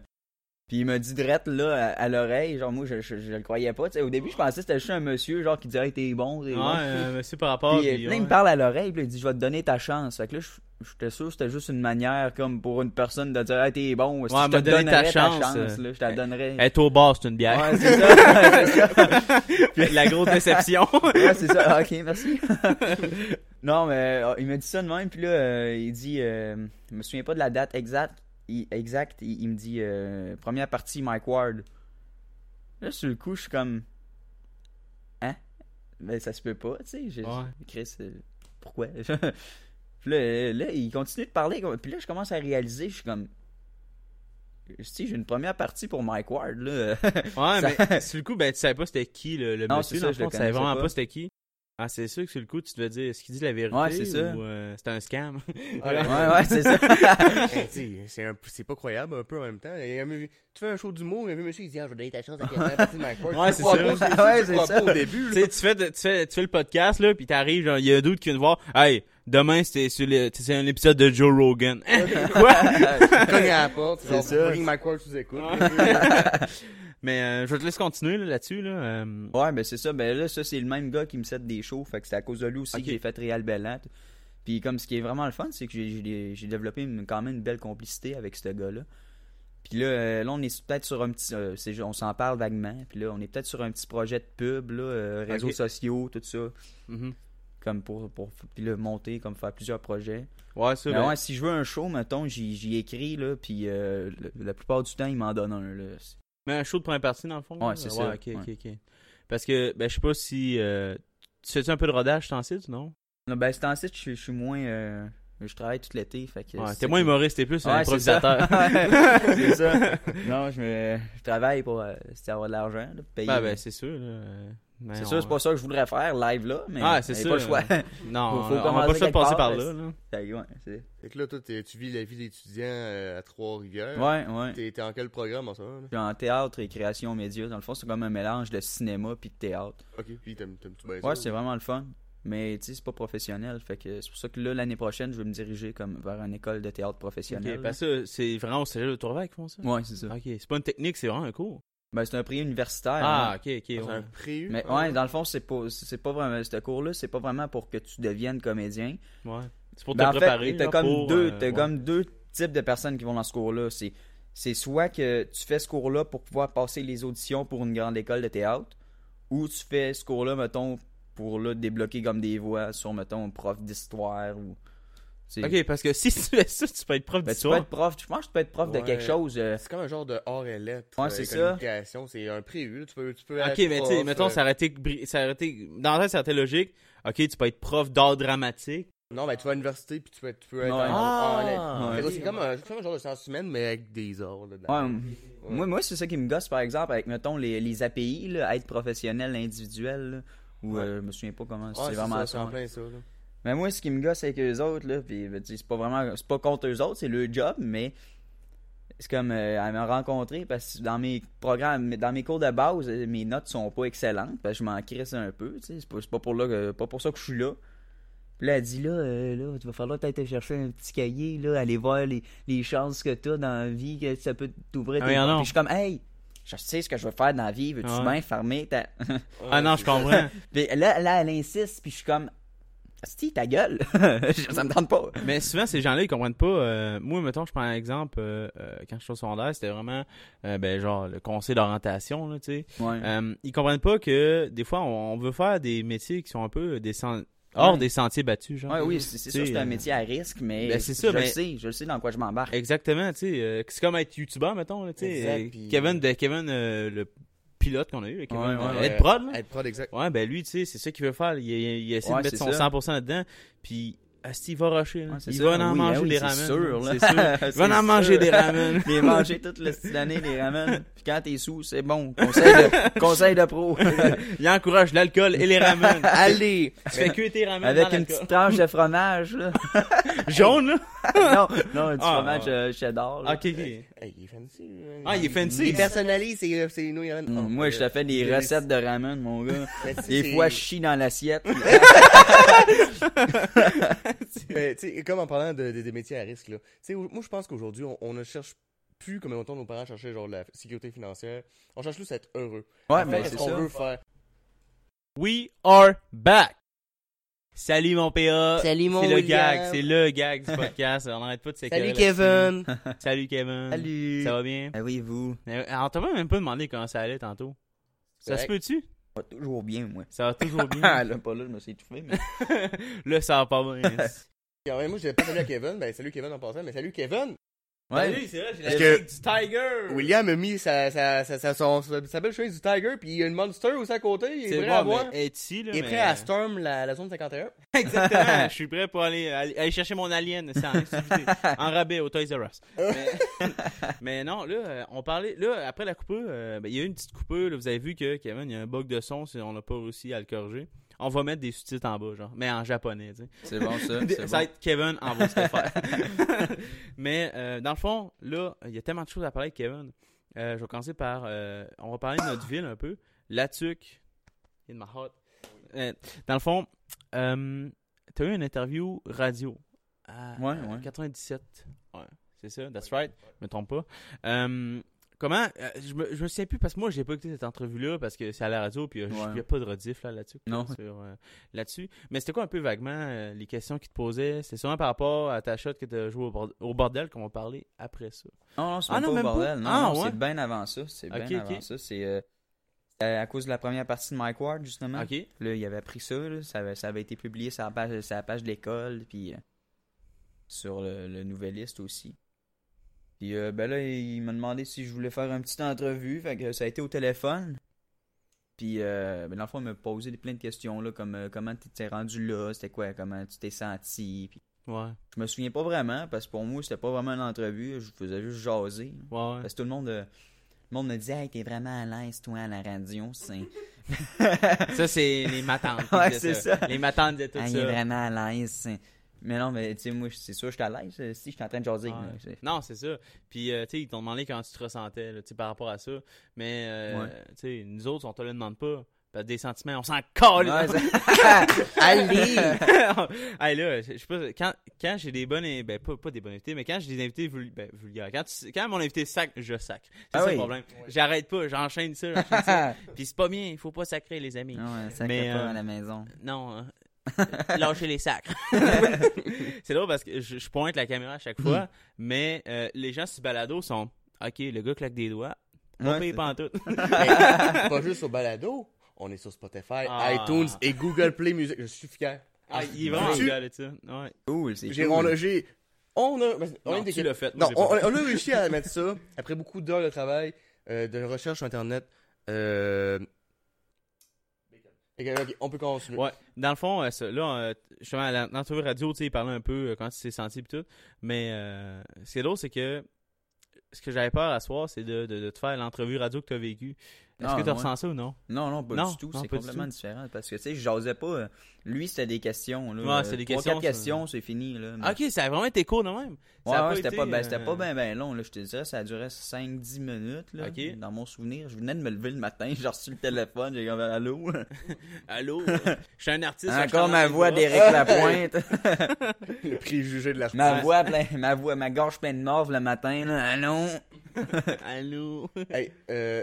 Speaker 2: Puis il m'a dit drette là, à, à l'oreille, genre, moi, je, je, je le croyais pas. tu sais. au début, je pensais que c'était juste un monsieur, genre, qui dirait T'es bon, t'es
Speaker 1: Ouais,
Speaker 2: bon.
Speaker 1: euh, mais c'est par rapport
Speaker 2: Puis, euh,
Speaker 1: puis,
Speaker 2: là, il me
Speaker 1: ouais.
Speaker 2: parle à l'oreille, puis là, il dit Je vais te donner ta chance. Fait que là, je- j'étais sûr que c'était juste une manière, comme pour une personne, de dire Hey, t'es bon,
Speaker 1: Ouais,
Speaker 2: si je te
Speaker 1: m'a donné
Speaker 2: donnerais
Speaker 1: ta
Speaker 2: ta,
Speaker 1: chance,
Speaker 2: chance,
Speaker 1: euh.
Speaker 2: là, je te la donnerais.
Speaker 1: Être au bar, c'est une bière.
Speaker 2: Ouais, c'est ça. c'est ça.
Speaker 1: Puis la grosse déception.
Speaker 2: Ouais, c'est ça. Ah, ok, merci. non, mais euh, il m'a dit ça de même. Puis là, euh, il dit euh, Je me souviens pas de la date exacte. Il, exact, il, il me dit euh, Première partie, Mike Ward. Là, sur le coup, je suis comme Hein Mais ça se peut pas, tu sais. je-
Speaker 1: Ouais.
Speaker 2: Chris, euh, pourquoi Puis là, là, il continue de parler. comme- Puis là, je commence à réaliser, je suis comme. Si, j'ai une première partie pour Mike Ward, là.
Speaker 1: Ouais,
Speaker 2: Ça-
Speaker 1: mais sur le coup, ben, tu savais pas c'était qui le, le
Speaker 2: Non,
Speaker 1: monsieur,
Speaker 2: c'est ça,
Speaker 1: dans le
Speaker 2: je le
Speaker 1: fond, tu savais
Speaker 2: connaissais
Speaker 1: vraiment
Speaker 2: pas.
Speaker 1: pas c'était qui. Ah, c'est sûr que sur le coup, tu te veux dire, est-ce qu'il dit la vérité
Speaker 2: Ouais, c'est ça.
Speaker 1: ou euh, c'est un scam?
Speaker 2: ouais, ouais, c'est ça.
Speaker 3: Hey, t'sais, Ben, c'est un- c'est pas croyable un peu en même temps. Il y a un- tu fais un show d'humour, il y a un monsieur qui dit ah, Je vais donner ta chance à quelqu'un à partir de Mike Ward.
Speaker 1: Ouais,
Speaker 3: Tu
Speaker 1: c'est
Speaker 3: crois
Speaker 1: ça.
Speaker 3: pas,
Speaker 2: Ouais,
Speaker 3: tu
Speaker 2: c'est
Speaker 3: crois
Speaker 2: ça.
Speaker 3: pas au début.
Speaker 1: tu
Speaker 3: là.
Speaker 1: sais, tu fais, de- tu, fais, tu fais le podcast, là, pis t'arrives, genre, il y a un doute qui vient te voir. Hey, demain, c'était sur le, c'est un épisode de Joe Rogan. Hein? Quoi?
Speaker 3: Tu cognes à la porte, c'est
Speaker 2: ça.
Speaker 3: ça. Mike Ward sous écoute.
Speaker 1: Mais euh, je vais te laisser continuer là, là-dessus, là. euh,
Speaker 2: Ouais, ben c'est ça. Ben là, ça, c'est le même gars qui me set des shows. Fait que c'est à cause de lui aussi
Speaker 1: Ok.
Speaker 2: que j'ai fait Real Bellat. Puis comme ce qui est vraiment le fun, c'est que j'ai- j'ai j'ai développé une- quand même une belle complicité avec ce gars-là. Puis là, euh, là, on est peut-être sur un petit... euh, c'est- on s'en parle vaguement. Puis là, on est peut-être sur un petit projet de pub, là, euh, réseaux
Speaker 1: Ok.
Speaker 2: sociaux, tout ça.
Speaker 1: mhm.
Speaker 2: Comme pour, pour puis le monter, comme faire plusieurs projets.
Speaker 1: Ouais, ça,
Speaker 2: Mais
Speaker 1: ben,
Speaker 2: ouais, si je veux un show, mettons, j'y j'y écris, là, puis euh, le- la plupart du temps, il m'en donne un, là.
Speaker 1: Mais un show de première partie, dans le fond.
Speaker 2: Ouais,
Speaker 1: là?
Speaker 2: c'est ça,
Speaker 1: ok, ok, ok. Parce que, ben, je sais pas si. euh, tu fais-tu un peu de rodage, t'en sais, non?
Speaker 2: Non, ben, c'est en site, je suis- je suis moins... euh, je travaille tout l'été, fait que...
Speaker 1: Ouais,
Speaker 2: c'est
Speaker 1: t'es
Speaker 2: ça
Speaker 1: moins
Speaker 2: qui-
Speaker 1: humoriste, t'es plus un
Speaker 2: Ouais, c'est ça.
Speaker 1: improvisateur.
Speaker 2: c'est ça. Non, je, me, je travaille pour euh, c'est avoir de l'argent, là, pour payer.
Speaker 1: Ah ben c'est sûr. là, euh, mais
Speaker 2: c'est
Speaker 1: on-
Speaker 2: sûr, c'est pas ça que je voudrais faire live là, mais
Speaker 1: Ah, c'est
Speaker 2: j'ai
Speaker 1: sûr.
Speaker 2: pas le choix. Fait
Speaker 1: Non,
Speaker 2: Faut- faut
Speaker 1: on- on va
Speaker 2: commencer
Speaker 1: pas se
Speaker 2: quelque
Speaker 1: passer
Speaker 2: part,
Speaker 1: par
Speaker 2: mais
Speaker 1: là. là.
Speaker 2: que, ouais, c'est-
Speaker 3: Fait que là, toi, t'es- tu vis la vie d'étudiant euh, à Trois-Rivières.
Speaker 2: ouais, ouais.
Speaker 3: T'es t'es en quel programme en ce moment? là?
Speaker 2: Puis en théâtre et création média, dans le fond, c'est comme un mélange de cinéma puis de théâtre.
Speaker 3: Ok, puis t'aimes-tu bien ça?
Speaker 2: Ouais, c'est vraiment le fun. Mais tu sais, c'est pas professionnel, fait que c'est pour ça que là l'année prochaine, je vais me diriger comme vers une école de théâtre professionnelle.
Speaker 1: Ok, parce que c'est vraiment au cégep de Tourval qu'ils font ça.
Speaker 2: Ouais, c'est ça.
Speaker 1: Ok, c'est pas une technique, c'est vraiment un cours.
Speaker 2: Ben c'est un prix universitaire. hein.
Speaker 1: Ah, ok, ok.
Speaker 3: C'est
Speaker 1: ouais.
Speaker 3: un hein? pré
Speaker 2: Mais ouais, dans le fond, c'est pas c'est pas vraiment ce cours là, c'est pas vraiment pour que tu deviennes comédien.
Speaker 1: Ouais. C'est pour te
Speaker 2: Ben, en fait,
Speaker 1: préparer.
Speaker 2: t'as
Speaker 1: là,
Speaker 2: comme
Speaker 1: pour,
Speaker 2: deux,
Speaker 1: euh,
Speaker 2: t'as
Speaker 1: ouais.
Speaker 2: comme deux types de personnes qui vont dans ce cours-là. C'est, c'est soit que tu fais ce cours-là pour pouvoir passer les auditions pour une grande école de théâtre, ou tu fais ce cours-là, mettons, pour là, débloquer comme des voix sur, mettons, prof d'histoire ou. tu sais.
Speaker 1: Ok, parce que si tu fais ça, tu peux être prof
Speaker 2: Ben, tu peux
Speaker 1: d'histoire.
Speaker 2: être prof. Je pense que tu peux être prof de
Speaker 3: Ouais.
Speaker 2: quelque chose. euh,
Speaker 3: C'est comme un genre de art et lettres.
Speaker 2: Ouais,
Speaker 3: euh,
Speaker 2: c'est ça.
Speaker 3: communication, C'est un pré là. Tu peux, tu peux
Speaker 1: Ok,
Speaker 3: être
Speaker 1: mais tu
Speaker 3: prof,
Speaker 1: sais, mettons,
Speaker 3: euh,
Speaker 1: ça aurait été, bri- ça aurait été- dans la tête, ça aurait été logique. Ok, tu peux être prof d'art dramatique.
Speaker 3: Non, mais tu vas à l'université puis tu peux, tu peux être en-
Speaker 2: Ouais.
Speaker 1: Ah!
Speaker 3: en lettres.
Speaker 2: Ouais.
Speaker 3: Fait que C'est comme, un- c'est comme un genre de sciences humaines, mais avec des arts. Là,
Speaker 2: ouais,
Speaker 3: dedans.
Speaker 2: Moi, moi, c'est ça qui me gosse, par exemple, avec, mettons, les, les API, là, être professionnel, individuel, là, ou
Speaker 3: Ouais.
Speaker 2: euh, je me souviens pas comment
Speaker 3: Ouais,
Speaker 2: c'est vraiment
Speaker 3: ça,
Speaker 2: ça.
Speaker 3: c'est en plein ça. là.
Speaker 1: Ah,
Speaker 2: Mais moi, ce qui me gosse avec eux autres, là, pis, ben, tu sais, c'est pas vraiment, c'est pas contre eux autres, c'est leur job, mais c'est comme euh, à me rencontrer parce que dans mes programmes, dans mes cours de base, euh, mes notes sont pas excellentes, parce que je m'en crisse un peu, tu sais, c'est pas, c'est pas pour là que- pas pour ça que je suis là. Puis là, elle dit là, euh, là, tu vas falloir peut-être te chercher un petit cahier, là, aller voir les, les chances que t'as dans la vie, que ça peut t'ouvrir
Speaker 1: Ah,
Speaker 2: tes
Speaker 1: mais
Speaker 2: portes.
Speaker 1: non.
Speaker 2: Puis je suis comme, hey, je sais ce que je veux faire dans la vie, veux-tu
Speaker 1: Ah ouais.
Speaker 2: bien fermer ta.
Speaker 1: Ah non, je comprends.
Speaker 2: Puis là, là, elle insiste, puis je suis comme, si ta gueule, ça me tente pas.
Speaker 1: Mais souvent, ces gens-là, ils comprennent pas. euh, moi, mettons, je prends un exemple. euh, euh, quand je suis au secondaire, c'était vraiment, euh, ben, genre, le conseil d'orientation, là, tu sais.
Speaker 2: Ouais.
Speaker 1: Euh, ils comprennent pas que des fois on, on veut faire des métiers qui sont un peu des sen- hors
Speaker 2: Ouais.
Speaker 1: des sentiers battus genre.
Speaker 2: Ouais, oui, c'est c'est sûr que c'est un
Speaker 1: euh,
Speaker 2: métier à risque, mais
Speaker 1: ben, c'est ça,
Speaker 2: je
Speaker 1: mais-
Speaker 2: le sais, je le sais dans quoi je m'embarque.
Speaker 1: Exactement, tu sais, euh, c'est comme être youtubeur mettons, là, tu sais,
Speaker 3: Exact,
Speaker 1: euh,
Speaker 3: puis-
Speaker 1: Kevin de Kevin euh, le pilote qu'on a eu, là, Kevin
Speaker 2: Ouais,
Speaker 1: euh,
Speaker 2: ouais,
Speaker 1: Ed
Speaker 3: ouais.
Speaker 1: Prod. là.
Speaker 3: Être prod, exact.
Speaker 1: Ouais, ben lui, tu sais, c'est ça qu'il veut faire, il, il, il essaie
Speaker 2: Ouais,
Speaker 1: de mettre
Speaker 2: c'est
Speaker 1: son
Speaker 2: ça.
Speaker 1: 100% là-dedans, puis asti, il va rusher, là.
Speaker 2: Ouais, c'est
Speaker 1: il
Speaker 2: ça.
Speaker 1: va en
Speaker 2: Oui,
Speaker 1: manger
Speaker 2: ben oui,
Speaker 1: des
Speaker 2: c'est
Speaker 1: ramen.
Speaker 2: sûr, là.
Speaker 1: c'est sûr. Il va en
Speaker 2: C'est
Speaker 1: manger
Speaker 2: sûr.
Speaker 1: des ramen.
Speaker 2: Les manger toute la petite année, les ramen. Puis quand t'es sous, c'est bon. Conseil de, conseil de pro.
Speaker 1: Il encourage l'alcool et les ramen.
Speaker 3: Allez!
Speaker 1: tu fais cuire tes ramen
Speaker 2: Avec
Speaker 1: dans
Speaker 2: une
Speaker 1: l'alcool.
Speaker 2: petite tranche de fromage, là.
Speaker 1: jaune là.
Speaker 2: non, non, du
Speaker 1: Ah,
Speaker 2: fromage
Speaker 1: ouais.
Speaker 2: euh, cheddar. là.
Speaker 1: OK, OK.
Speaker 3: Hey, il est fancy. là.
Speaker 1: Ah, il est fancy.
Speaker 3: Il personnalise, c'est c'est nous, il y en a-
Speaker 2: Hum,
Speaker 3: Oh,
Speaker 2: Moi, je te fais des
Speaker 3: c'est-
Speaker 2: recettes de ramen, mon gars.
Speaker 3: Mais tu sais,
Speaker 2: Des
Speaker 3: c'est-
Speaker 2: fois, je chie dans l'assiette.
Speaker 3: Mais, Ben, tu sais, comme en parlant de- de- des métiers à risque, là. Tu sais, moi, je pense qu'aujourd'hui, on, on ne cherche plus, comme longtemps nos parents cherchaient, genre, la sécurité financière. On cherche juste à être heureux.
Speaker 2: Ouais,
Speaker 3: Faire
Speaker 2: Ah, mais
Speaker 3: ce
Speaker 2: c'est
Speaker 3: qu'on
Speaker 2: ça.
Speaker 3: veut faire.
Speaker 1: We are back! Salut mon PA!
Speaker 4: Salut mon
Speaker 1: Ah, C'est le
Speaker 4: William.
Speaker 1: gag, c'est le gag du podcast. On n'arrête pas de s'écœurer
Speaker 3: Salut,
Speaker 1: là-dessus.
Speaker 3: Kevin!
Speaker 1: Salut Kevin!
Speaker 2: Salut.
Speaker 1: Mm. Ça va bien?
Speaker 2: Ah oui, vous.
Speaker 1: Mais, alors, t'as même pas demandé comment ça allait tantôt. Ça se
Speaker 3: Correct.
Speaker 1: peut-tu?
Speaker 2: Ça va toujours bien, moi.
Speaker 1: Ça va toujours bien.
Speaker 2: Ah, là, pas là, je me suis étouffé, mais.
Speaker 1: là, ça va pas bien.
Speaker 3: Ah, Quand même, moi, je disais pas salut à Kevin. Ben, salut Kevin en passant, mais salut Kevin!
Speaker 1: Ah
Speaker 2: Ouais.
Speaker 1: oui, c'est vrai, j'ai la
Speaker 3: Parce que-
Speaker 1: musique du Tiger.
Speaker 3: William a mis sa, sa, sa, sa, son- sa- sa belle chemise du Tiger, puis il y a une Monster aussi à côté. Il est,
Speaker 1: C'est
Speaker 3: prêt
Speaker 1: bon,
Speaker 3: à voir.
Speaker 1: mais Eti, là,
Speaker 3: Il est
Speaker 1: mais-
Speaker 3: prêt à storm la, la zone 51.
Speaker 1: Exactement, je suis prêt pour aller, aller, aller chercher mon alien c'est en exclusivité, en rabais au Toys R Us. Mais, mais non, là, euh, on parlait, là, après la coupure, euh, ben, il y a eu une petite coupure, là, vous avez vu que Kevin, il y a un bug de son, si on n'a pas réussi à le corriger. On va mettre des sous-titres en bas, genre, mais en japonais, tu sais.
Speaker 2: C'est bon ça.
Speaker 1: Des-
Speaker 2: c'est
Speaker 1: ça
Speaker 2: bon.
Speaker 1: va être Kevin en vos affaires. Mais euh, dans le fond, là, il y a tellement de choses à parler avec Kevin. Euh, je vais commencer par. euh, on va parler de notre ville un peu. La Tuque. In my heart. Euh, dans le fond, euh, t'as eu une interview radio. À,
Speaker 2: Ouais,
Speaker 1: euh,
Speaker 2: ouais.
Speaker 1: 97. Ouais, c'est ça, that's right. Je me trompe pas. Euh, comment. euh, je, me, je me souviens plus parce que moi, j'ai pas écouté cette entrevue-là parce que c'est à la radio puis euh, j-
Speaker 2: Ouais.
Speaker 1: il y a pas de rediff là, là-dessus.
Speaker 2: Non.
Speaker 1: sur, euh, là-dessus. Mais c'était quoi un peu vaguement euh, les questions qu'ils te posaient C'était sûrement par rapport à ta shot que t'as joué au, bord- au bordel qu'on va parler après ça.
Speaker 2: Non, non, c'est
Speaker 1: Ah non,
Speaker 2: même pas
Speaker 1: même
Speaker 2: au
Speaker 1: pas?
Speaker 2: bordel. Non,
Speaker 1: Ah,
Speaker 2: non,
Speaker 1: ouais.
Speaker 2: c'est bien avant ça. C'est
Speaker 1: Ok,
Speaker 2: bien
Speaker 1: ok.
Speaker 2: avant ça. C'est euh, euh, à cause de la première partie de Mike Ward, justement.
Speaker 1: Ok.
Speaker 2: Là, il avait appris ça. là. Ça, avait, ça avait été publié sur la page, sur la page de l'école, puis euh, sur le, le Nouvelliste aussi. Puis euh, ben là, il m'a demandé si je voulais faire une petite entrevue. Fait que ça a été au téléphone. Puis, euh, ben, dans le fond, il m'a posé des- plein de questions, là, comme euh, comment tu t'es rendu là, c'était quoi, comment tu t'es senti. Puis,
Speaker 1: Ouais.
Speaker 2: je me souviens pas vraiment, parce que pour moi, c'était pas vraiment une entrevue. Je faisais juste jaser.
Speaker 1: Ouais. ouais.
Speaker 2: Parce que tout le monde, euh, le monde me disait, hey, t'es vraiment à l'aise, toi, à la radio. C'est.
Speaker 1: Ça, c'est les matantes. qui
Speaker 2: Ouais,
Speaker 1: disaient
Speaker 2: c'est ça.
Speaker 1: Les matantes de tout
Speaker 2: Ah, il est
Speaker 1: ça.
Speaker 2: vraiment à l'aise. c'est- Mais non, mais tu sais, moi, c'est sûr, je suis à l'aise euh, si je suis en train de jaser.
Speaker 1: Ouais.
Speaker 2: là, c'est-
Speaker 1: Non, c'est ça. Puis, euh, tu sais, ils t'ont demandé comment tu te ressentais là, tu sais, par rapport à ça. Mais, euh,
Speaker 2: Ouais.
Speaker 1: tu sais, nous autres, on te le demande pas. Parce que des sentiments, on s'en colle.
Speaker 2: Ouais, c'est-
Speaker 1: Allez! hey, là, je je sais pas, quand, quand j'ai des bonnes, ben, pas, pas des bonnes invités, mais quand j'ai des invités vul- ben, vulgaires, quand, tu- quand mon invité sac, je sac. C'est
Speaker 2: Ah
Speaker 1: ça
Speaker 2: oui.
Speaker 1: le problème. J'arrête pas, j'enchaîne ça, j'enchaîne ça. Puis c'est pas bien, il faut pas sacrer, les amis.
Speaker 2: Non, euh, ça
Speaker 1: Mais,
Speaker 2: crée pas
Speaker 1: euh,
Speaker 2: à la maison.
Speaker 1: Non, euh, lâchez les sacs. c'est drôle parce que je, je pointe la caméra à chaque
Speaker 2: Hmm.
Speaker 1: fois, mais euh, les gens sur balado sont, ok, le gars claque des doigts, pas
Speaker 2: Ouais,
Speaker 1: payé
Speaker 2: c'est-
Speaker 1: pantoute.
Speaker 3: Mais Ben, pas juste au balado. On est sur Spotify,
Speaker 1: Ah.
Speaker 3: iTunes et Google Play Music. Je suis fier.
Speaker 1: Ah, il est vraiment
Speaker 3: Tu-
Speaker 1: égal, tu sais. Ouais.
Speaker 2: Cool, c'est
Speaker 3: J'ai-
Speaker 2: cool.
Speaker 3: On a, j'ai- on a, ben, on a
Speaker 1: Non,
Speaker 3: des-
Speaker 1: tu l'as fait. moi,
Speaker 3: Non,
Speaker 1: j'ai
Speaker 3: on,
Speaker 1: pas fait.
Speaker 3: on a réussi à mettre ça après beaucoup d'heures de travail, euh, de recherche sur Internet. euh, ok, ok, on peut continuer.
Speaker 1: Ouais. Dans le fond, euh, ça- là, euh, justement, à la- l'entrevue radio, tu sais, il parlait un peu euh, quand il s'est senti et tout. Mais euh, ce qui est drôle, c'est que ce que j'avais peur à ce soir, c'est de, de, de te faire l'entrevue radio que tu as vécu. Est-ce
Speaker 2: Ah,
Speaker 1: que tu
Speaker 2: ouais.
Speaker 1: ressens ça ou non?
Speaker 2: Non, non, pas
Speaker 1: Non,
Speaker 2: du tout.
Speaker 1: non,
Speaker 2: C'est
Speaker 1: pas du
Speaker 2: complètement
Speaker 1: tout.
Speaker 2: différent. Parce que, tu sais, je jasais pas. euh, Lui, c'était des questions. Là,
Speaker 1: Ouais,
Speaker 2: euh,
Speaker 1: c'est des
Speaker 2: trois,
Speaker 1: questions,
Speaker 2: quatre
Speaker 1: ça.
Speaker 2: questions, c'est fini. Là, mais-
Speaker 1: Ok, ça a vraiment été court de même. Ça
Speaker 2: Ouais,
Speaker 1: a
Speaker 2: ouais,
Speaker 1: pas
Speaker 2: c'était
Speaker 1: été,
Speaker 2: pas, ben, c'était
Speaker 1: euh,
Speaker 2: pas bien ben long, là, je te dirais, ça durait 5-10 minutes, là,
Speaker 1: Ok.
Speaker 2: dans mon souvenir. Je venais de me lever le matin, j'ai reçu le téléphone, j'ai dit « Allô?
Speaker 1: Allô? je suis un artiste. »
Speaker 2: Encore Hein, ma voix
Speaker 1: des
Speaker 2: d'Éric Lapointe.
Speaker 3: Le préjugé de l'artiste.
Speaker 2: Ma voix, plein, ma voix, ma gorge pleine de morve le matin, là. Allô?
Speaker 1: Allô?
Speaker 3: Hey, euh,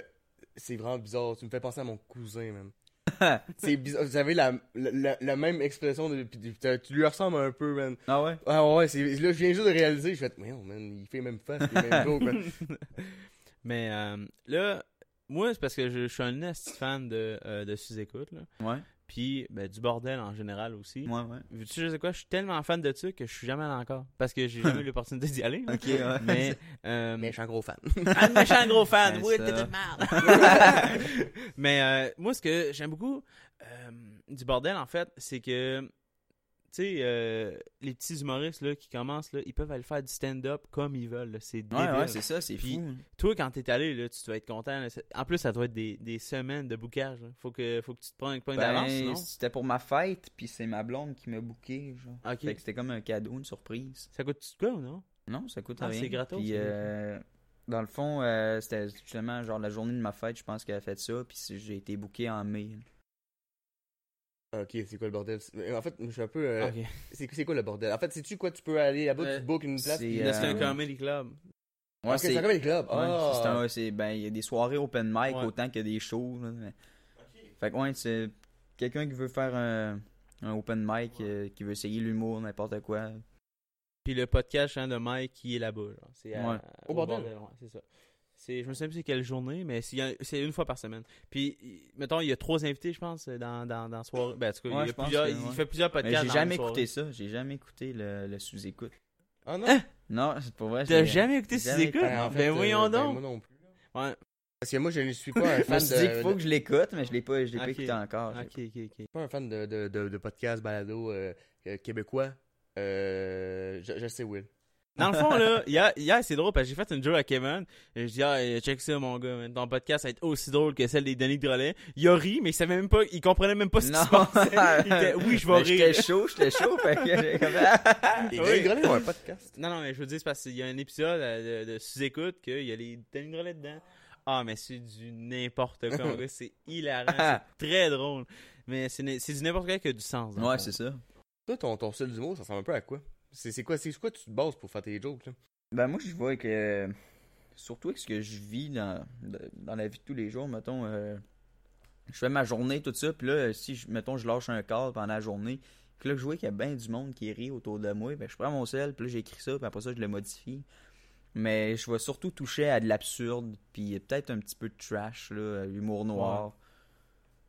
Speaker 3: c'est vraiment bizarre. Tu me fais penser à mon cousin, même. c'est bizarre. Vous avez la, la- la- la même expression. De, puis tu- tu lui ressembles un peu, man.
Speaker 2: Ah ouais?
Speaker 3: Ah ouais, c'est, là, je viens juste de réaliser. Je fais, mais non, man, il fait même face, il fait même dos, quoi.
Speaker 1: Mais euh, là, moi, c'est parce que je, je suis un esti fan de, euh, de sous-écoute, là.
Speaker 2: Ouais.
Speaker 1: Puis, ben, du bordel en général aussi.
Speaker 2: Ouais, ouais.
Speaker 1: Veux-tu, je sais quoi, je suis tellement fan de ça que je suis jamais allé encore. Parce que j'ai jamais eu l'opportunité d'y aller. hein.
Speaker 2: Ok, ouais.
Speaker 1: Mais, euh,
Speaker 3: Mais je suis un gros fan.
Speaker 1: un méchant gros fan.
Speaker 2: Ouais,
Speaker 1: Oui, t'es
Speaker 2: ça.
Speaker 1: une merde. Mais euh, moi, ce que j'aime beaucoup euh, du bordel, en fait, c'est que, tu sais, euh, les petits humoristes là, qui commencent, là, ils peuvent aller faire du stand-up comme ils veulent. là. C'est débile.
Speaker 2: Ouais, ouais, c'est ça, c'est
Speaker 1: Puis-
Speaker 2: fou.
Speaker 1: Toi, quand t'es allé, là, tu dois être content. là. C'est- En plus, ça doit être des, des semaines de boucage. là. Faut que, faut que tu te prennes une pointe
Speaker 2: Ben,
Speaker 1: d'avance, sinon.
Speaker 2: c'était pour ma fête, puis c'est ma blonde qui m'a booké, genre.
Speaker 1: Ok.
Speaker 2: Fait que c'était comme un cadeau, une surprise.
Speaker 1: Ça coûte-tu de quoi ou non?
Speaker 2: Non, ça coûte
Speaker 1: Ah,
Speaker 2: rien.
Speaker 1: c'est gratos,
Speaker 2: Puis,
Speaker 1: ça.
Speaker 2: euh, dans le fond, euh, c'était justement genre la journée de ma fête, je pense qu'elle a fait ça, puis c'est- j'ai été booké en mai.
Speaker 3: Ok, c'est quoi le bordel? C'est- En fait, je suis un peu. euh,
Speaker 1: Ok.
Speaker 3: c'est, c'est quoi le bordel? En fait, sais-tu quoi? Tu peux aller là-bas,
Speaker 1: Euh,
Speaker 3: tu bookes une place.
Speaker 2: c'est,
Speaker 3: puis-
Speaker 2: euh,
Speaker 1: Là, c'est un comedy club.
Speaker 2: Ouais,
Speaker 3: Ok, c'est un comedy club.
Speaker 2: Ouais,
Speaker 3: Ah.
Speaker 2: c'est un- c'est- ben, il y a des soirées open mic
Speaker 1: Ouais.
Speaker 2: autant que des shows. là, mais- Fait que, ouais, c'est quelqu'un qui veut faire un, un open mic, euh, qui veut essayer l'humour, n'importe quoi.
Speaker 1: Puis le podcast hein, de Mike qui est là-bas. genre. C'est à-
Speaker 2: Ouais.
Speaker 1: au
Speaker 3: Au bordel.
Speaker 1: bordel. ouais, c'est ça. C'est, je me souviens plus c'est quelle journée, mais s'il y a- c'est une fois par semaine. Puis, il- mettons, il y a trois invités, je pense, dans, dans, dans soirée. Ben, en tout cas,
Speaker 2: Ouais,
Speaker 1: il, y a
Speaker 2: je pense
Speaker 1: plusieurs-
Speaker 2: que,
Speaker 1: il
Speaker 2: ouais.
Speaker 1: fait plusieurs
Speaker 2: Mais
Speaker 1: podcasts.
Speaker 2: j'ai
Speaker 1: dans
Speaker 2: jamais
Speaker 1: une
Speaker 2: écouté
Speaker 1: soirée.
Speaker 2: ça, j'ai jamais écouté le, le sous-écoute.
Speaker 5: Ah non.
Speaker 2: Non, c'est pour vrai. je
Speaker 1: T'as
Speaker 2: l'ai-
Speaker 1: jamais écouté
Speaker 2: Jamais
Speaker 1: ces écoutes?
Speaker 2: écouté.
Speaker 1: Ben,
Speaker 5: Ben, en fait, euh,
Speaker 1: voyons
Speaker 5: ben,
Speaker 1: donc.
Speaker 5: moi non plus.
Speaker 1: Ouais.
Speaker 5: Parce que moi, je ne suis pas un
Speaker 2: Je me
Speaker 5: fan
Speaker 2: suis dit qu'il
Speaker 5: de,
Speaker 2: faut que je l'écoute, mais je l'ai pas, je l'ai
Speaker 1: Ok.
Speaker 2: pas écouté encore.
Speaker 1: Ok, ok, ok.
Speaker 5: pas un fan de, de, de, de podcast balado euh, euh, québécois. Euh, je, je sais, Will.
Speaker 1: Dans le fond, là, hier, hier c'est drôle parce que j'ai fait une joke à Kevin. Et je dis, ah, eh, check ça, mon gars, man. ton podcast ça va être aussi drôle que celle des Denis Drolet. Il a ri, mais il savait même pas, il comprenait même pas ce qui
Speaker 2: Non.
Speaker 1: se passait. Il était, oui, je vais
Speaker 2: Ben, J'étais
Speaker 1: rire.
Speaker 2: chaud, j'étais chaud. fait que j'ai comme- Ah,
Speaker 5: Les
Speaker 1: Oui.
Speaker 5: Denis Drolet ont un podcast.
Speaker 1: Non, non, mais je veux dire, c'est parce qu'il y a un épisode euh, de, de sous-écoute qu'il y a les Denis Drolet dedans. Ah, mais c'est du n'importe quoi, mon gars. C'est hilarant. C'est très drôle. Mais c'est n- c'est du n'importe quoi qui a du sens. dans le
Speaker 2: Ouais,
Speaker 1: fond.
Speaker 2: c'est ça.
Speaker 5: Toi, ton, ton style d'humour, ça ressemble un peu à quoi C'est c'est quoi, c'est quoi tu te bases pour faire tes jokes là?
Speaker 2: Ben moi je vois que surtout avec ce que je vis dans, dans la vie de tous les jours, mettons euh, je fais ma journée tout ça, puis là si je, mettons je lâche un corps pendant la journée, que là je vois qu'il y a bien du monde qui rit autour de moi, ben je prends mon sel, puis là j'écris ça, puis après ça je le modifie. Mais je vais surtout toucher à de l'absurde, puis peut-être un petit peu de trash là, l'humour noir.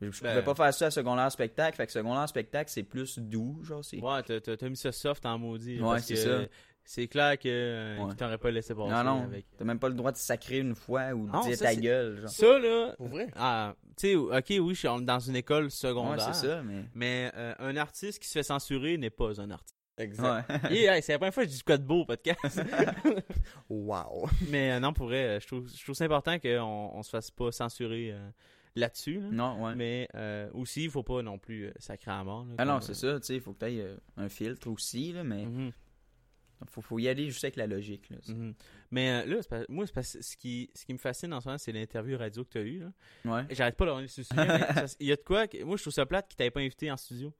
Speaker 2: Je, je
Speaker 1: Ben-
Speaker 2: pouvais pas faire ça à secondaire spectacle, fait que secondaire spectacle c'est plus doux, genre c'est
Speaker 1: Ouais, t'as- t'as t'as mis ça soft en maudit.
Speaker 2: Ouais,
Speaker 1: parce
Speaker 2: c'est
Speaker 1: que
Speaker 2: ça.
Speaker 1: C'est clair que euh,
Speaker 2: Ouais.
Speaker 1: qu'ils t'auraient pas laissé passer.
Speaker 2: Non non,
Speaker 1: avec-
Speaker 2: t'as même pas le droit de sacrer une fois ou de
Speaker 1: Non,
Speaker 2: dire
Speaker 1: ça,
Speaker 2: ta
Speaker 1: c'est-
Speaker 2: gueule genre.
Speaker 1: Ça, là,
Speaker 5: Pour vrai
Speaker 1: Ah, tu sais, ok, oui, je suis en- dans une école
Speaker 2: Ouais,
Speaker 1: secondaire.
Speaker 2: c'est ça, mais.
Speaker 1: Mais euh, un artiste qui se fait censurer n'est pas un artiste.
Speaker 5: Exact.
Speaker 2: Ouais.
Speaker 1: Et, hey, c'est la première fois que je dis quoi de beau au podcast.
Speaker 5: Wow.
Speaker 1: mais euh, non, pour vrai, euh, je trouve, je trouve c'est important qu'on on se fasse pas censurer euh, là-dessus. là.
Speaker 2: non, ouais.
Speaker 1: Mais euh, aussi, il faut pas non plus euh, sacrer à mort. là,
Speaker 2: Ah non,
Speaker 1: comme,
Speaker 2: c'est
Speaker 1: euh,
Speaker 2: ça, tu sais, il faut que tu ailles un filtre aussi, là, mais
Speaker 1: mhm,
Speaker 2: faut, faut y aller juste avec la logique. Là, c'est-
Speaker 1: mhm. Mais euh, là, c'est pas- moi, c'est parce que ce qui, ce qui me fascine en ce moment, c'est l'interview radio que tu as eue. là.
Speaker 2: Ouais.
Speaker 1: J'arrête pas de revenir sur le sujet, mais ça- il y a de quoi. que- moi, je trouve ça plate qu'ils t'avaient pas invité en studio.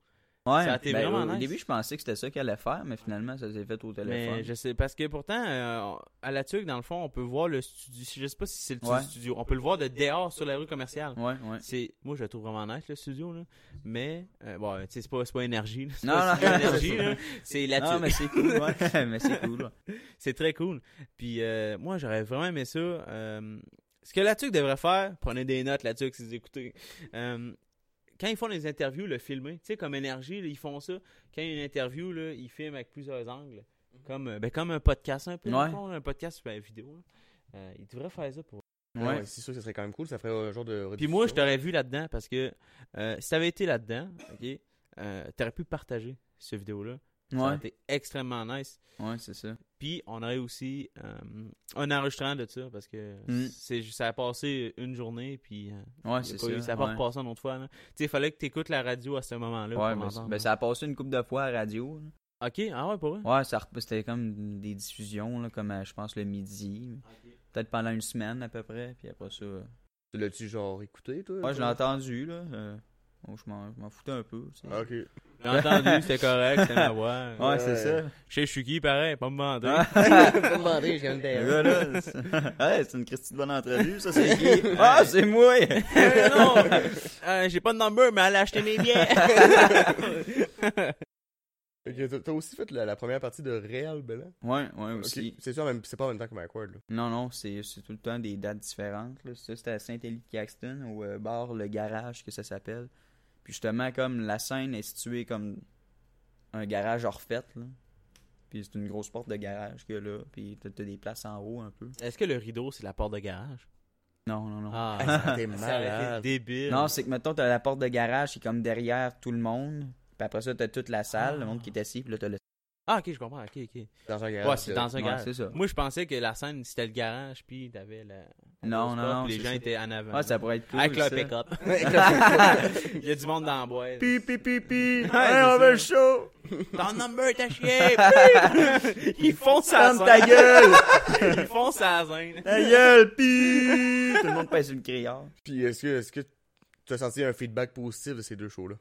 Speaker 2: Ouais,
Speaker 1: Ça a été
Speaker 2: ben,
Speaker 1: vraiment
Speaker 2: au, au
Speaker 1: nice.
Speaker 2: début, je pensais que c'était ça qu'elle allait faire, mais finalement, ça s'est fait au téléphone.
Speaker 1: Mais je sais, parce que pourtant, euh, à la TUC, dans le fond, on peut voir le studio. Je sais pas si c'est le
Speaker 2: Ouais.
Speaker 1: studio. On peut le voir de dehors sur la rue commerciale.
Speaker 2: Ouais, ouais.
Speaker 1: C'est, moi, je le trouve vraiment nice, le studio. Là. Mais, euh, bon, tu sais, c'est pas, c'est pas énergie. là. C'est
Speaker 2: Non,
Speaker 1: pas-
Speaker 2: non,
Speaker 1: c'est pas
Speaker 2: non,
Speaker 1: énergie.
Speaker 2: c'est
Speaker 1: là. C'est la
Speaker 2: Non,
Speaker 1: TUC.
Speaker 2: Ah, mais c'est cool, ouais. mais c'est cool, ouais.
Speaker 1: C'est très cool. Puis, euh, moi, j'aurais vraiment aimé ça. euh, ce que la TUC devrait faire, prenez des notes, la TUC, si vous écoutez. Euh, quand ils font des interviews, le filmer, tu sais, comme énergie, là, ils font ça. Quand il y a une interview, là, ils filment avec plusieurs angles. Comme, euh, ben, comme un podcast un peu. dans le
Speaker 2: Mm-hmm. Ouais.
Speaker 1: fond, un podcast sur la vidéo. là. Euh, ils devraient faire Ah ça pour.
Speaker 2: Ouais.
Speaker 5: Ouais. C'est sûr que ça serait quand même cool. Ça ferait un genre de.
Speaker 1: Puis moi, je t'aurais vu là-dedans parce que euh, si t'avais été là-dedans, ok, euh, t'aurais pu partager cette vidéo-là. Ça aurait
Speaker 2: Ouais,
Speaker 1: été extrêmement nice.
Speaker 2: ouais, c'est ça.
Speaker 1: Puis on aurait aussi euh, un enregistrement de ça parce que
Speaker 2: Mm.
Speaker 1: c'est ça a passé une journée puis euh, y
Speaker 2: Ouais,
Speaker 1: a
Speaker 2: c'est
Speaker 1: pas
Speaker 2: ça.
Speaker 1: eu- ça a pas
Speaker 2: ouais.
Speaker 1: repassé une autre fois. là. Tu sais, il fallait que t'écoutes la radio à ce moment-là.
Speaker 2: Ouais,
Speaker 1: pour
Speaker 2: mais
Speaker 1: l'entendre.
Speaker 2: ben, ça a passé une couple de fois à la radio. là.
Speaker 1: Ok, ah ouais, pour vrai.
Speaker 2: Ouais, ça rep- c'était comme des diffusions, là, comme à, je pense le midi. Peut-être pendant une semaine à peu près, puis après ça. euh,
Speaker 5: Tu l'as-tu genre écouté, toi
Speaker 2: Ouais, je l'ai entendu, là. euh, bon, je m'en je m'en foutais un peu. tu sais.
Speaker 5: Ok.
Speaker 1: J'ai entendu, c'était correct, c'était ma voix.
Speaker 2: Ouais, c'est ça.
Speaker 1: Je sais, je suis qui, pareil, pas me mentir.
Speaker 5: pas demandé, j'ai une
Speaker 2: Le gars, là, c'est- ouais, c'est une Christie de bonne entrevue, ça c'est qui? Ah, c'est moi!
Speaker 1: Euh, non, Euh, j'ai pas de number, mais allez acheter mes biens.
Speaker 5: Ok, t'as- T'as aussi fait la, la première partie de Real Bella.
Speaker 2: Ouais, ouais
Speaker 5: Ok.
Speaker 2: aussi.
Speaker 5: C'est sûr, même- c'est pas en même temps que McWard. Là.
Speaker 2: Non, non, c'est c'est tout le temps des dates différentes. Là. Ça, c'était à Saint-Élie-Caxton, au euh, bar Le Garage, que ça s'appelle. Puis justement, comme la scène est située comme un garage hors fête, là. Puis c'est une grosse porte de garage que là. Puis t'as t'as des places en haut un peu.
Speaker 1: Est-ce que le rideau, c'est la porte de garage?
Speaker 2: Non, non, non.
Speaker 1: Ah,
Speaker 5: T'es
Speaker 1: ça aurait été
Speaker 5: malade.
Speaker 1: débile.
Speaker 2: Non, c'est que mettons, t'as la porte de garage qui est comme derrière tout le monde. Puis après ça, t'as toute la salle, le monde qui est assis, puis là, t'as le.
Speaker 1: Ah, ok, je comprends. Ok, ok.
Speaker 5: Dans un garage.
Speaker 1: Ouais, c'est dans un
Speaker 2: Ouais,
Speaker 1: garage.
Speaker 2: c'est ça.
Speaker 1: Moi, je pensais que la scène, c'était le garage, puis t'avais la.
Speaker 2: Non,
Speaker 1: grosse
Speaker 2: non,
Speaker 1: porte,
Speaker 2: non,
Speaker 1: puis Les
Speaker 2: c'est
Speaker 1: gens
Speaker 2: ça.
Speaker 1: étaient en avant.
Speaker 2: Ouais, ça pourrait être cool.
Speaker 1: Avec leur
Speaker 2: ça.
Speaker 1: pick-up. Il y a du monde dans la boîte.
Speaker 3: Pi, pi, pi, pi.
Speaker 1: c'est
Speaker 3: Hey, on
Speaker 1: ça.
Speaker 3: veut le show.
Speaker 1: Ton number, t'as chié! Pip! Ils font sa
Speaker 3: Ferme ta
Speaker 1: zine.
Speaker 3: gueule.
Speaker 1: Ils font sa zine.
Speaker 3: Ta gueule, pi.
Speaker 2: Tout le monde pèse une criard.
Speaker 5: Puis est-ce que, est-ce que tu as senti un feedback positif de ces deux shows-là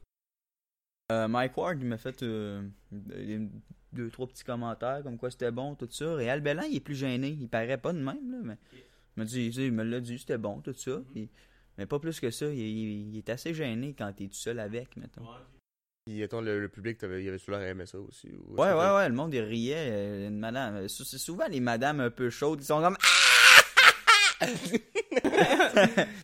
Speaker 2: Euh, Mike Ward, il m'a fait euh, des- deux, trois petits commentaires comme quoi c'était bon, tout ça. Réal Bellan, il est plus gêné. Il paraît pas de même, là, mais il m'a dit, tu sais, il me l'a dit, c'était bon, tout ça. Puis- mais pas plus que ça. Il, il- il est assez gêné quand t'es tout seul avec, mettons.
Speaker 5: Puis attends, le, le public, t'avais- il y avait souvent aimé ça aussi. ou-
Speaker 2: Ouais, ouais, ouais, le monde, il riait. euh, une madame, euh, sou- c'est souvent les madames un peu chaudes, ils sont comme.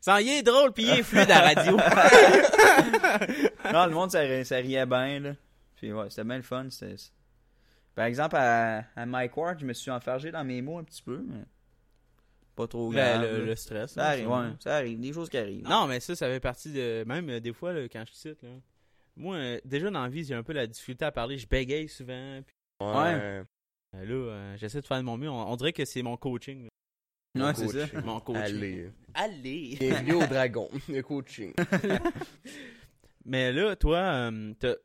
Speaker 1: Ça, il est drôle, puis il est fluide à la radio.
Speaker 2: Non, le monde, ça, ri- ça riait bien, là. Puis ouais, c'était bien le fun. c'était- Par exemple, à, à Mike Ward, je me suis enfargé dans mes mots un petit peu, mais pas trop
Speaker 1: Ben,
Speaker 2: grave.
Speaker 1: le,
Speaker 2: là.
Speaker 1: le stress.
Speaker 2: Ça
Speaker 1: là,
Speaker 2: arrive,
Speaker 1: je-
Speaker 2: ouais, ça arrive, des choses qui arrivent.
Speaker 1: Non, mais ça, ça fait partie de. Même euh, des fois, là, quand je cite, là. Moi, euh, déjà dans la vie, j'ai un peu la difficulté à parler. Je bégaye souvent. Puis,
Speaker 2: Ouais.
Speaker 1: euh, là, euh, j'essaie de faire de mon mieux. On, on dirait que c'est mon coaching. là.
Speaker 2: Ouais, c'est ça.
Speaker 5: Coaching.
Speaker 1: Mon coaching.
Speaker 5: Allez.
Speaker 1: Allez!
Speaker 5: Bienvenue au dragon, le coaching.
Speaker 1: Mais là, toi, euh, t'as-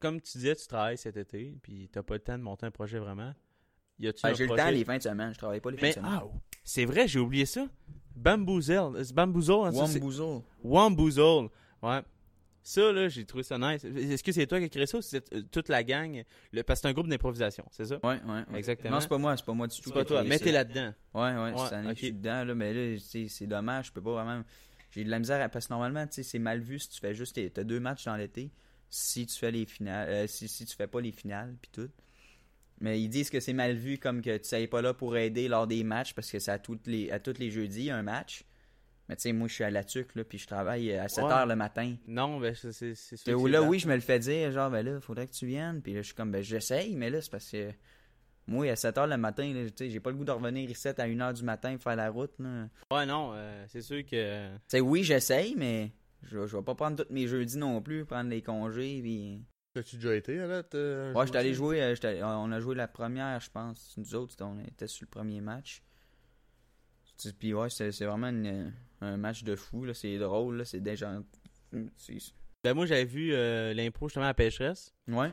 Speaker 1: comme tu disais, tu travailles cet été, puis t'as pas le temps de monter un projet vraiment. Y a-tu
Speaker 2: Ben,
Speaker 1: un
Speaker 2: j'ai le
Speaker 1: projet-
Speaker 2: temps les fins de semaine, je travaille pas les fins
Speaker 1: Mais
Speaker 2: de semaine.
Speaker 1: ah, c'est vrai, j'ai oublié ça. Bamboozle, euh, c'est Bamboozle, hein, ça, c'est-
Speaker 2: Wambouzo.
Speaker 1: Wamboozle. Ouais. Ça, là, j'ai trouvé ça nice. Est-ce que c'est toi qui as créé ça ou c'est euh, toute la gang? Le... Parce que c'est un groupe d'improvisation, c'est ça?
Speaker 2: Ouais, ouais, ouais.
Speaker 1: Exactement.
Speaker 2: Non, c'est pas moi, c'est pas moi du tout.
Speaker 1: C'est
Speaker 2: qui
Speaker 1: pas
Speaker 2: ai
Speaker 1: toi,
Speaker 2: créé
Speaker 1: mais
Speaker 2: ça.
Speaker 1: t'es là-dedans.
Speaker 2: Ouais, ouais,
Speaker 1: Ouais,
Speaker 2: cette année,
Speaker 1: ok.
Speaker 2: je suis dedans, là, mais là, tu sais, c'est dommage, je peux pas vraiment. J'ai de la misère à- parce que normalement, tu sais, c'est mal vu si tu fais juste. tes- T'as deux matchs dans l'été, si tu fais les finales, euh, si, si tu fais pas les finales, puis tout. Mais ils disent que c'est mal vu comme que tu sais pas là pour aider lors des matchs parce que c'est à toutes les à tous les jeudis un match. Mais tu sais, moi, je suis à la tuque, là, puis je travaille à 7
Speaker 1: Ouais.
Speaker 2: h le matin.
Speaker 1: Non, ben, c'est c'est- c'est sûr
Speaker 2: Là,
Speaker 1: que c'est
Speaker 2: là,
Speaker 1: plate.
Speaker 2: oui, je me le fais dire, genre, ben là, faudrait que tu viennes. Puis là, je suis comme, ben j'essaye, mais là, c'est parce que moi, à 7h le matin, là, tu sais, j'ai pas le goût de revenir ici à 1h du matin faire la route. là.
Speaker 1: Ouais, non, euh, c'est sûr que.
Speaker 2: Tu sais, oui, j'essaye, mais je, vais- je vais pas prendre tous mes jeudis non plus, prendre les congés. Puis...
Speaker 5: T'as-tu déjà été, Annette? euh, un
Speaker 2: Ouais,
Speaker 5: jour
Speaker 2: j'étais allé
Speaker 5: aussi?
Speaker 2: jouer, euh, j'étais allé- on a joué la première, je pense. Nous autres, on était sur le premier match. Tu sais, Puis ouais, c'est c'est vraiment une- un match de fou, là, c'est drôle, là, c'est déjà. c'est-
Speaker 1: Ben, moi, j'avais vu euh, l'impro justement à la pêcheresse.
Speaker 2: Ouais.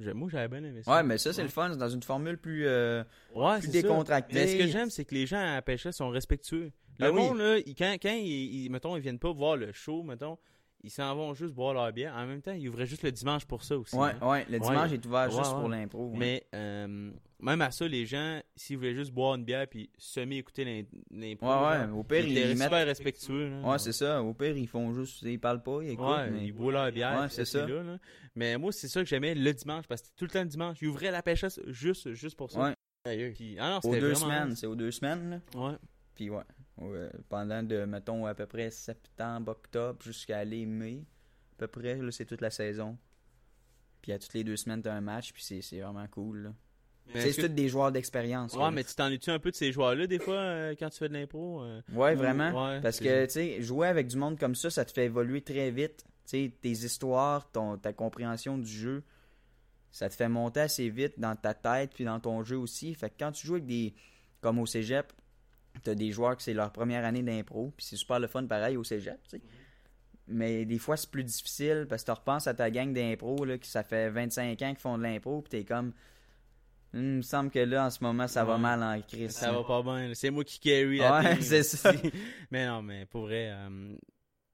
Speaker 1: Je- Moi, j'avais bien aimé ça.
Speaker 2: ouais, mais ça, c'est le fun, c'est dans une formule plus, euh,
Speaker 1: Ouais, c'est
Speaker 2: plus
Speaker 1: ça.
Speaker 2: décontractée.
Speaker 1: Mais ce que j'aime, c'est que les gens à la pêche sont respectueux. Le
Speaker 2: Ah oui.
Speaker 1: monde, là, ils- quand, quand ils, ils- mettons, ils viennent pas voir le show, mettons, ils s'en vont juste boire leur bière. En même temps, ils ouvraient juste le dimanche pour ça aussi.
Speaker 2: Ouais,
Speaker 1: hein.
Speaker 2: ouais, le dimanche
Speaker 1: Ouais.
Speaker 2: est ouvert
Speaker 1: Ouais,
Speaker 2: juste
Speaker 1: ouais.
Speaker 2: pour l'impro. hein. ouais.
Speaker 1: Mais euh, même à ça, les gens, s'ils voulaient juste boire une bière puis semi-écouter l'im- l'impro,
Speaker 2: Ouais, ouais,
Speaker 1: genre,
Speaker 2: au pire,
Speaker 1: ils
Speaker 2: ils,
Speaker 1: étaient
Speaker 2: mettent.
Speaker 1: super respectueux. là.
Speaker 2: Ouais, c'est ça. Au pire, ils font juste. Ils parlent pas, ils écoutent.
Speaker 1: Ouais,
Speaker 2: mais-
Speaker 1: ils boivent leur bière.
Speaker 2: Ouais,
Speaker 1: puis
Speaker 2: c'est
Speaker 1: ceci,
Speaker 2: ça.
Speaker 1: là, là. Mais moi, c'est ça que j'aimais le dimanche, parce que c'était tout le temps le dimanche. Ils ouvraient la pêche juste, juste pour ça.
Speaker 2: Ouais.
Speaker 5: Aïe,
Speaker 1: Puis, ah non,
Speaker 2: Aux
Speaker 1: c'était
Speaker 2: deux
Speaker 1: vraiment-
Speaker 2: semaines. C'est aux deux semaines, là.
Speaker 1: Ouais.
Speaker 2: Puis ouais. Ouais, Pendant de, mettons, à peu près septembre, octobre, jusqu'à aller mai. À peu près, là, c'est toute la saison. Puis à toutes les deux semaines, t'as un match, puis c'est- c'est vraiment cool, là.
Speaker 1: Mais
Speaker 2: Tu sais,
Speaker 1: est-ce
Speaker 2: C'est
Speaker 1: que-
Speaker 2: tous des joueurs d'expérience.
Speaker 1: Ouais,
Speaker 2: là.
Speaker 1: mais tu t'ennuies-tu un peu de ces joueurs-là, des fois, euh, quand tu fais de l'impro euh?
Speaker 2: Ouais,
Speaker 1: Ou-
Speaker 2: vraiment.
Speaker 1: ouais,
Speaker 2: Parce
Speaker 1: c'est
Speaker 2: que, tu sais, jouer avec du monde comme ça, ça te fait évoluer très vite. Tu sais, tes histoires, ton, ta compréhension du jeu, ça te fait monter assez vite dans ta tête puis dans ton jeu aussi. Fait que quand tu joues avec des. Comme au cégep, t'as des joueurs que c'est leur première année d'impro, puis c'est super le fun pareil au cégep, tu sais. Mais des fois, c'est plus difficile parce que tu repenses à ta gang d'impro, là, qui ça fait 25 ans qu'ils font de l'impro, puis t'es comme. Hum, il me semble que là, en ce moment, ça va
Speaker 1: Ouais.
Speaker 2: mal en crise.
Speaker 1: Ça va pas bien. là. C'est moi qui carry la
Speaker 2: Ouais,
Speaker 1: team.
Speaker 2: c'est ça.
Speaker 1: mais non, mais pour vrai, euh,